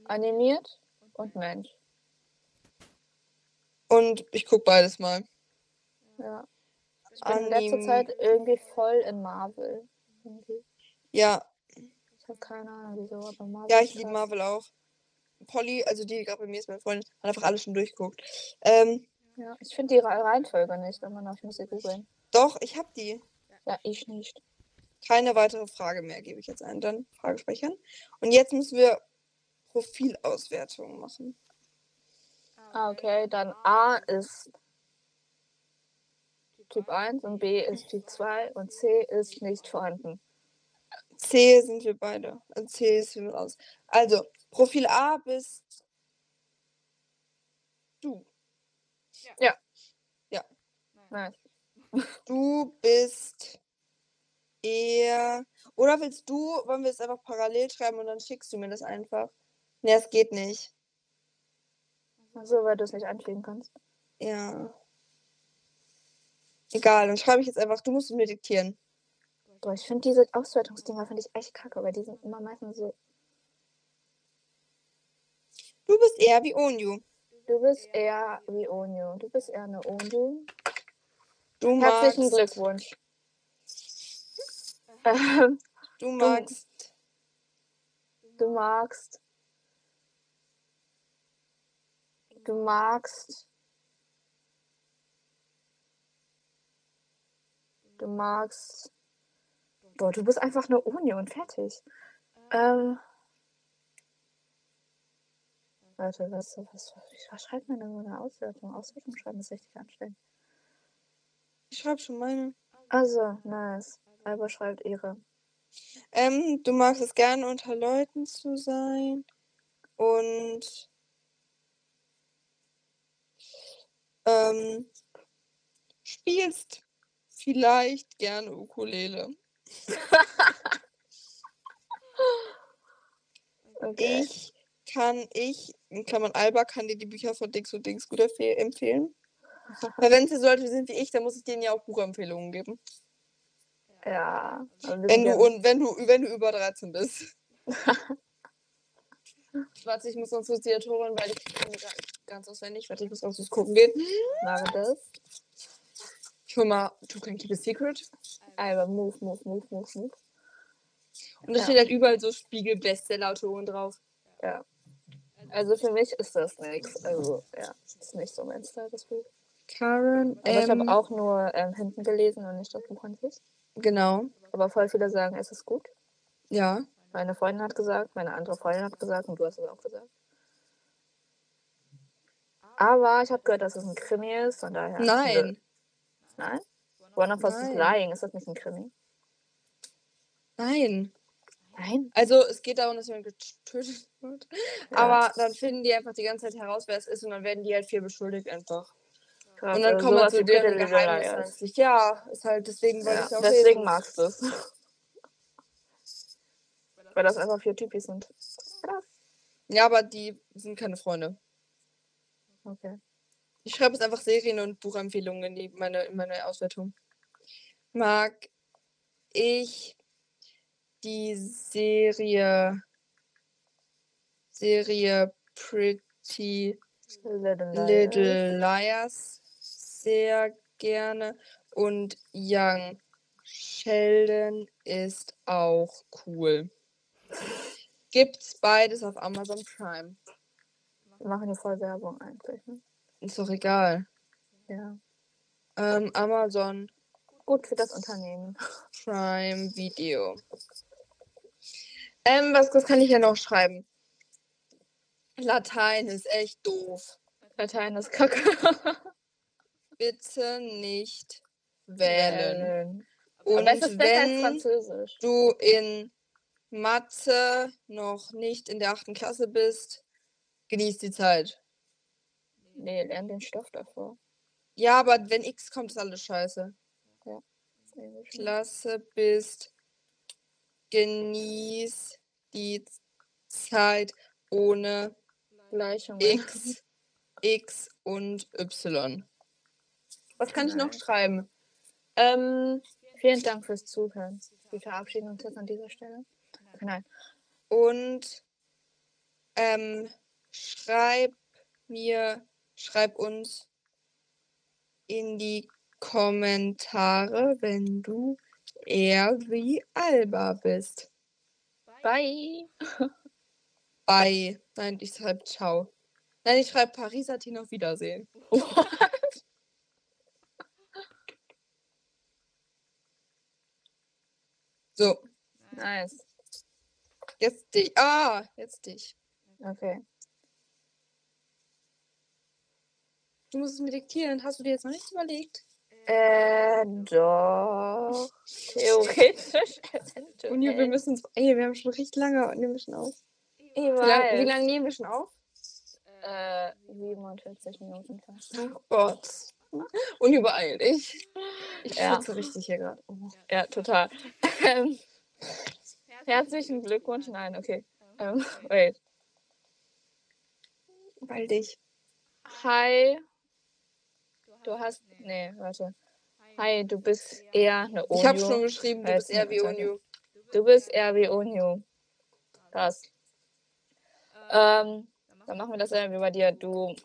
[SPEAKER 2] Animiert und Mensch.
[SPEAKER 3] Und ich gucke beides mal.
[SPEAKER 2] Ja. Ich bin in letzter Zeit irgendwie voll in Marvel. Irgendwie.
[SPEAKER 3] Ja,
[SPEAKER 2] Ich habe keine Ahnung, wieso, aber Marvel.
[SPEAKER 3] ja,
[SPEAKER 2] ist
[SPEAKER 3] ich liebe
[SPEAKER 2] krass.
[SPEAKER 3] Marvel auch. Polly, also die, die gerade bei mir ist, meine Freundin, hat einfach alles schon durchgeguckt. Ähm,
[SPEAKER 2] Ja, ich finde die Re- Reihenfolge nicht, wenn man auf Musik googeln.
[SPEAKER 3] doch, ich habe die.
[SPEAKER 2] Ja, ich nicht.
[SPEAKER 3] Keine weitere Frage mehr gebe ich jetzt ein. Dann Frage speichern. Und jetzt müssen wir Profilauswertungen machen.
[SPEAKER 2] Ah, okay, dann A ist Typ 1 und B ist Typ 2 und C ist nicht vorhanden.
[SPEAKER 3] C sind wir beide. Also C ist wir raus. Also, Profil A bist du.
[SPEAKER 2] Nice.
[SPEAKER 3] Du bist eher. Oder willst du, wollen wir es einfach parallel schreiben und dann schickst du mir das einfach? Ne, es geht nicht.
[SPEAKER 2] So, weil du es nicht anklicken kannst.
[SPEAKER 3] Ja. Egal, dann schreibe ich jetzt einfach, du musst es mir diktieren.
[SPEAKER 2] Boah, ich finde diese Auswertungsdinger finde ich echt kacke, weil die sind immer meistens so.
[SPEAKER 3] Du bist eher wie Onyu.
[SPEAKER 2] Du bist eher wie Onio. Du bist eher eine Onio.
[SPEAKER 3] Du magst,
[SPEAKER 2] Herzlichen Glückwunsch. Ähm,
[SPEAKER 3] du magst
[SPEAKER 2] Du magst. Du magst. Du magst. Boah, du bist einfach eine Uni und fertig. Ähm. Warte, was, was, was schreibt man denn so eine Auswertung? Auswertung schreiben ist richtig anstrengend.
[SPEAKER 3] Ich schreibe schon meine.
[SPEAKER 2] Also, nice. Alba schreibt ihre.
[SPEAKER 3] Ähm, du magst es gerne unter Leuten zu sein und ähm, spielst vielleicht gerne Ukulele.
[SPEAKER 2] Okay.
[SPEAKER 3] Ich kann, ich, in Klammern Alba, kann dir die Bücher von Dings und Dings gut empfeh- empfehlen. Weil wenn es so Leute sind wie ich, dann muss ich denen ja auch Buchempfehlungen geben.
[SPEAKER 2] Ja. aber wir sind
[SPEAKER 3] Wenn du,
[SPEAKER 2] ja-
[SPEAKER 3] und, wenn, du, wenn du über 13 bist. Warte, ich muss sonst kurz die Autorin, weil ich kann die gar- ganz auswendig. Warte, ich muss sonst kurz gucken gehen.
[SPEAKER 2] Mache das.
[SPEAKER 3] Ich hol mal Two Can Keep a Secret.
[SPEAKER 2] Alba, move, move, move, move, move.
[SPEAKER 3] Und da
[SPEAKER 2] Ja.
[SPEAKER 3] steht halt überall so Spiegel-Bestseller-Autoren drauf.
[SPEAKER 2] Also für mich ist das nichts. Also, ja, ist nicht so mein Style, das Buch.
[SPEAKER 3] Karen,
[SPEAKER 2] Aber ich habe auch nur ähm, hinten gelesen und nicht das Buch an sich.
[SPEAKER 3] Genau,
[SPEAKER 2] Aber voll viele sagen, es ist gut.
[SPEAKER 3] ja.
[SPEAKER 2] Meine Freundin hat gesagt, meine andere Freundin hat gesagt und du hast es auch gesagt. Aber ich habe gehört, dass es ein Krimi ist und daher.
[SPEAKER 3] Nein,
[SPEAKER 2] Nein? One of Us is
[SPEAKER 3] Nein.
[SPEAKER 2] Lying, ist das nicht ein Krimi?
[SPEAKER 3] nein.
[SPEAKER 2] Nein?
[SPEAKER 3] Also, es geht darum, dass jemand getötet wird. Aber dann finden die einfach die ganze Zeit heraus, wer es ist und dann werden die halt viel beschuldigt einfach.
[SPEAKER 2] Krass,
[SPEAKER 3] und dann
[SPEAKER 2] also
[SPEAKER 3] kommen wir
[SPEAKER 2] sowas
[SPEAKER 3] zu
[SPEAKER 2] wie
[SPEAKER 3] dem
[SPEAKER 2] Diddle
[SPEAKER 3] Geheimnis
[SPEAKER 2] Liars.
[SPEAKER 3] eigentlich. Ja, ist halt deswegen wollte
[SPEAKER 2] Ja,
[SPEAKER 3] ich auch
[SPEAKER 2] deswegen
[SPEAKER 3] reden.
[SPEAKER 2] magst du es. Weil das einfach vier Typis sind.
[SPEAKER 3] Ja, aber die sind keine Freunde.
[SPEAKER 2] Okay.
[SPEAKER 3] Ich schreibe jetzt einfach Serien und Buchempfehlungen in die, meine, in meine Auswertung. Mag ich die Serie Serie Pretty
[SPEAKER 2] Little. Liars.
[SPEAKER 3] Little Liars sehr gerne und Young Sheldon ist auch cool. Gibt's beides auf Amazon Prime.
[SPEAKER 2] Wir machen hier voll Werbung eigentlich. Ne?
[SPEAKER 3] Ist doch egal.
[SPEAKER 2] Ja.
[SPEAKER 3] Ähm, Amazon
[SPEAKER 2] Gut für das Unternehmen.
[SPEAKER 3] Prime Video. Ähm, was, was kann ich ja noch schreiben? Latein ist echt doof.
[SPEAKER 2] Latein ist kacke.
[SPEAKER 3] Bitte nicht wählen.
[SPEAKER 2] Und
[SPEAKER 3] Und
[SPEAKER 2] weißt du, besser als
[SPEAKER 3] wenn
[SPEAKER 2] Französisch.
[SPEAKER 3] du in Mathe noch nicht in der achten Klasse bist, genieß die Zeit.
[SPEAKER 2] Nee, lern den Stoff davor.
[SPEAKER 3] Ja, aber wenn X kommt, ist alles scheiße.
[SPEAKER 2] eh
[SPEAKER 3] Klasse bist, genieß die Zeit ohne
[SPEAKER 2] Gleichung.
[SPEAKER 3] X, X und Y. Was kann ich noch schreiben? Ähm,
[SPEAKER 2] Vielen Dank fürs Zuhören. Wir verabschieden uns jetzt an dieser Stelle. Okay, nein.
[SPEAKER 3] und ähm, schreib mir, schreib uns in die Kommentare, wenn du eher wie Alba bist.
[SPEAKER 2] Bye.
[SPEAKER 3] Bye. Nein, ich schreibe Ciao. Nein, ich schreibe Paris Satin auf Wiedersehen. so,
[SPEAKER 2] Nice.
[SPEAKER 3] jetzt dich. Ah, jetzt dich.
[SPEAKER 2] Okay.
[SPEAKER 3] Du musst es mir diktieren. Hast du dir jetzt noch nichts überlegt?
[SPEAKER 2] Äh, doch. Theoretisch.
[SPEAKER 3] Junge, wir müssen uns. Ey, wir haben schon richtig lange und nehmen wir schon auf. Wie lange wie lang nehmen wir schon auf?
[SPEAKER 2] Äh, 47 Minuten fast.
[SPEAKER 3] Oh Gott. Und übereil dich. Ich
[SPEAKER 2] Ja.
[SPEAKER 3] schwitze richtig hier gerade. Oh.
[SPEAKER 2] Ja, total. Ähm, Herzlichen Glückwunsch. Nein, okay. Ähm, wait.
[SPEAKER 3] Weil dich.
[SPEAKER 2] Hi. Du hast. Nee, warte. Hi, du bist eher eine Onio.
[SPEAKER 3] Ich habe schon geschrieben, du
[SPEAKER 2] Äh,
[SPEAKER 3] bist eher wie
[SPEAKER 2] danke.
[SPEAKER 3] Onyu.
[SPEAKER 2] Du bist eher wie Onio. Krass. Ähm, dann machen wir das ja wie bei dir. Du,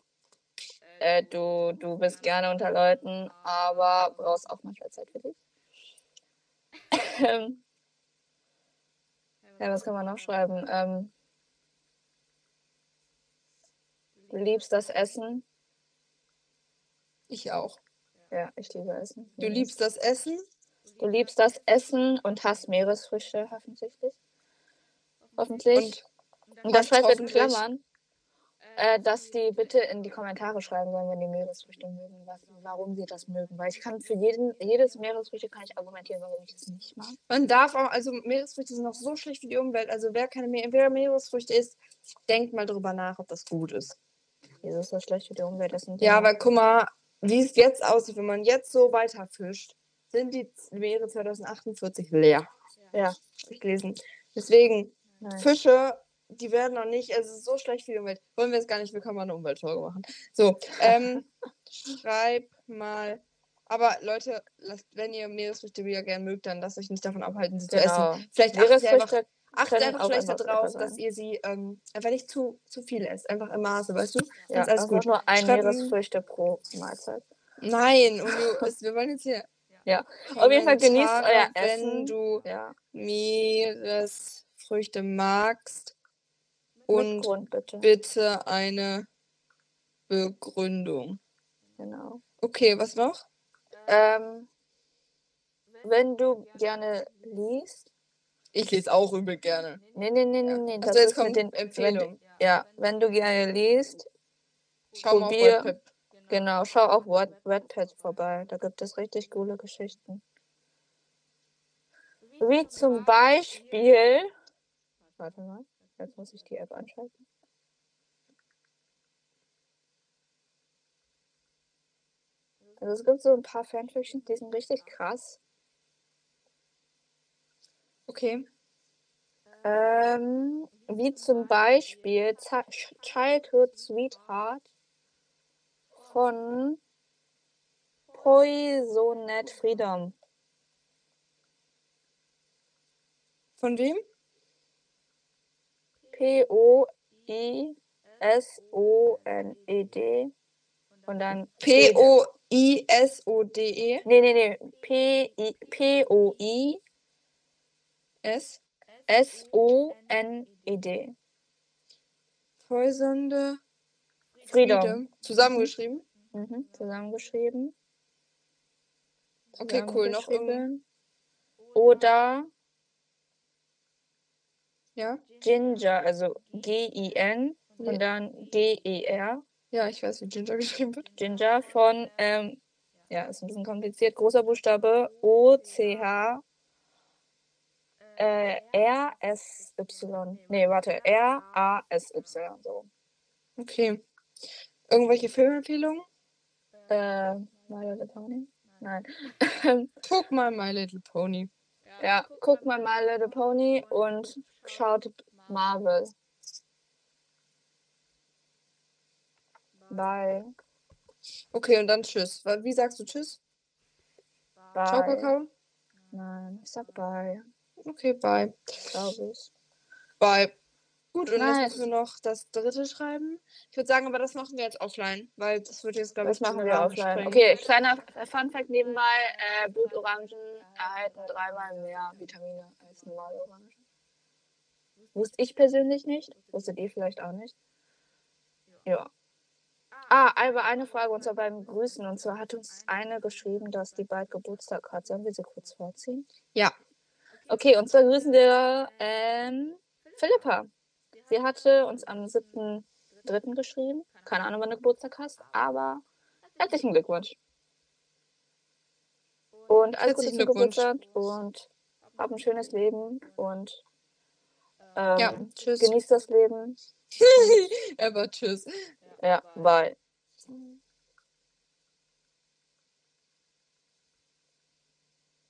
[SPEAKER 2] äh, du, du bist gerne unter Leuten, aber brauchst auch manchmal Zeit für dich. Ähm, ja, was kann man noch schreiben? Ähm, du liebst das Essen.
[SPEAKER 3] Ich auch.
[SPEAKER 2] Ja, ich liebe Essen. Mhm.
[SPEAKER 3] Du liebst das Essen?
[SPEAKER 2] du liebst das Essen und hast Meeresfrüchte, hoffentlich. Hoffentlich.
[SPEAKER 3] Und
[SPEAKER 2] Und das
[SPEAKER 3] Und
[SPEAKER 2] schreibt mit in
[SPEAKER 3] hoffentlich-
[SPEAKER 2] Klammern, äh, dass die bitte in die Kommentare schreiben sollen, wenn die Meeresfrüchte mögen, was, warum sie das mögen. Weil ich kann für jeden, jedes Meeresfrüchte kann ich argumentieren, warum ich es nicht mag.
[SPEAKER 3] Man darf auch, also Meeresfrüchte sind auch so schlecht für die Umwelt. Also wer keine Meer, wer Meeresfrüchte isst, denkt mal drüber nach, ob das gut ist.
[SPEAKER 2] Wieso ist das schlecht für die Umwelt? Das sind
[SPEAKER 3] Ja, aber guck mal, wie es jetzt aussieht, wenn man jetzt so weiterfischt, sind die Z- Meere 2048 leer.
[SPEAKER 2] Ja.
[SPEAKER 3] Hab ich gelesen. Deswegen,
[SPEAKER 2] Nein.
[SPEAKER 3] Fische, die werden auch nicht, also es ist so schlecht für die Umwelt. Wollen wir es gar nicht, wir können mal eine Umweltfolge machen. So, ähm, schreib mal. Aber Leute, lasst, wenn ihr Meeresfrüchte wieder gern mögt, dann lasst euch nicht davon abhalten, sie zu essen.
[SPEAKER 2] Genau.
[SPEAKER 3] Vielleicht achtet ihr einfach
[SPEAKER 2] Meeresfrüchte,
[SPEAKER 3] Achtet
[SPEAKER 2] können
[SPEAKER 3] einfach
[SPEAKER 2] auch
[SPEAKER 3] vielleicht
[SPEAKER 2] einfach
[SPEAKER 3] darauf,
[SPEAKER 2] lecker sein.
[SPEAKER 3] dass ihr sie ähm, einfach nicht zu, zu viel esst. Einfach im Maße, weißt du?
[SPEAKER 2] ja,
[SPEAKER 3] ist alles
[SPEAKER 2] einfach
[SPEAKER 3] gut.
[SPEAKER 2] nur ein
[SPEAKER 3] Schreiben-
[SPEAKER 2] Meeresfrüchte pro Mahlzeit.
[SPEAKER 3] Nein, und du, es, wir wollen jetzt hier.
[SPEAKER 2] Ja. Auf jeden Fall genießt euer
[SPEAKER 3] Kommentare, Wenn
[SPEAKER 2] Essen.
[SPEAKER 3] du
[SPEAKER 2] Ja,
[SPEAKER 3] Meeresfrüchte magst
[SPEAKER 2] und
[SPEAKER 3] und
[SPEAKER 2] Grund bitte.
[SPEAKER 3] bitte eine Begründung.
[SPEAKER 2] Genau.
[SPEAKER 3] Okay, was noch?
[SPEAKER 2] Ähm, wenn du gerne liest,
[SPEAKER 3] Ich lese auch übel gerne.
[SPEAKER 2] nee, nee, nee, nee, nee, ne, das
[SPEAKER 3] Also jetzt
[SPEAKER 2] ist mit
[SPEAKER 3] kommt
[SPEAKER 2] den Wenn,
[SPEAKER 3] Empfehlung.
[SPEAKER 2] ja, wenn du gerne liest,
[SPEAKER 3] Schau mal auf
[SPEAKER 2] probier-
[SPEAKER 3] Wattpad.
[SPEAKER 2] Genau, schau auch Word- Wattpad vorbei. Da gibt es richtig coole Geschichten. Wie zum Beispiel. Warte mal, jetzt muss ich die App anschalten. Also es gibt so ein paar Fanfictions, die sind richtig krass.
[SPEAKER 3] Okay.
[SPEAKER 2] Ähm, wie zum Beispiel Za- Ch- Childhood Sweetheart hm, von Poisonet Freedom.
[SPEAKER 3] Von wem?
[SPEAKER 2] P-O-I-S-O-N-E-D. E Und dann.
[SPEAKER 3] P-O-I-S-O-D-E.
[SPEAKER 2] E Nee, nee, nee. P-I- P-O-I-S-O-N-E-D.
[SPEAKER 3] S.
[SPEAKER 2] E
[SPEAKER 3] Poisonde
[SPEAKER 2] Freedom.
[SPEAKER 3] Zusammengeschrieben.
[SPEAKER 2] Mhm. Zusammengeschrieben.
[SPEAKER 3] Okay, cool. Noch irgendein.
[SPEAKER 2] Zusammengeschrieben. Oder
[SPEAKER 3] Ja?
[SPEAKER 2] Ginger, also G-I-N
[SPEAKER 3] Ja.
[SPEAKER 2] und dann E G-E-R.
[SPEAKER 3] ja, ich weiß, wie Ginger geschrieben wird.
[SPEAKER 2] Ginger von, ähm, ja, ist ein bisschen kompliziert, großer Buchstabe O-C-H. Äh, R-S-Y. Nee, warte, R-A-S-Y. So.
[SPEAKER 3] Okay. Irgendwelche Filmempfehlungen?
[SPEAKER 2] Äh, My Little Pony? Nein.
[SPEAKER 3] Guck mal My Little Pony.
[SPEAKER 2] Ja, guckt mal My Little Pony und schaut Marvel. Bye.
[SPEAKER 3] Okay, und dann Tschüss. Wa- Wie sagst du Tschüss? Ciao,
[SPEAKER 2] Bye.
[SPEAKER 3] Kakao.
[SPEAKER 2] Nein, ich sag bye,
[SPEAKER 3] Okay, bye.
[SPEAKER 2] glaube ich.
[SPEAKER 3] Bye. Gut, und
[SPEAKER 2] Nice.
[SPEAKER 3] jetzt müssen wir noch das dritte schreiben. Ich würde sagen, aber das machen wir jetzt offline, weil das wird jetzt, glaube
[SPEAKER 2] Das
[SPEAKER 3] ich, zu
[SPEAKER 2] machen
[SPEAKER 3] den
[SPEAKER 2] wir
[SPEAKER 3] Rahmen
[SPEAKER 2] offline.
[SPEAKER 3] sprengen.
[SPEAKER 2] Okay, kleiner Funfact nebenbei: äh, Blutorangen erhalten dreimal mehr Vitamine als normale Orangen. Wusste ich persönlich nicht. Wusstet ihr vielleicht auch nicht. Ja. Ah, Alba, eine Frage und zwar beim Grüßen. Und zwar hat uns eine geschrieben, dass die bald Geburtstag hat. Sollen wir sie kurz vorziehen?
[SPEAKER 3] Ja.
[SPEAKER 2] Okay, und zwar grüßen wir ähm, Philippa. Sie hatte uns am 7.3. geschrieben. Keine Ahnung, wann du Geburtstag hast, aber herzlichen Glückwunsch. Und alles Gute zum
[SPEAKER 3] Herzlichen Glückwunsch.
[SPEAKER 2] Geburtstag und hab ein schönes Leben und ähm,
[SPEAKER 3] Ja, tschüss.
[SPEAKER 2] genießt das Leben.
[SPEAKER 3] aber tschüss.
[SPEAKER 2] Ja, bye.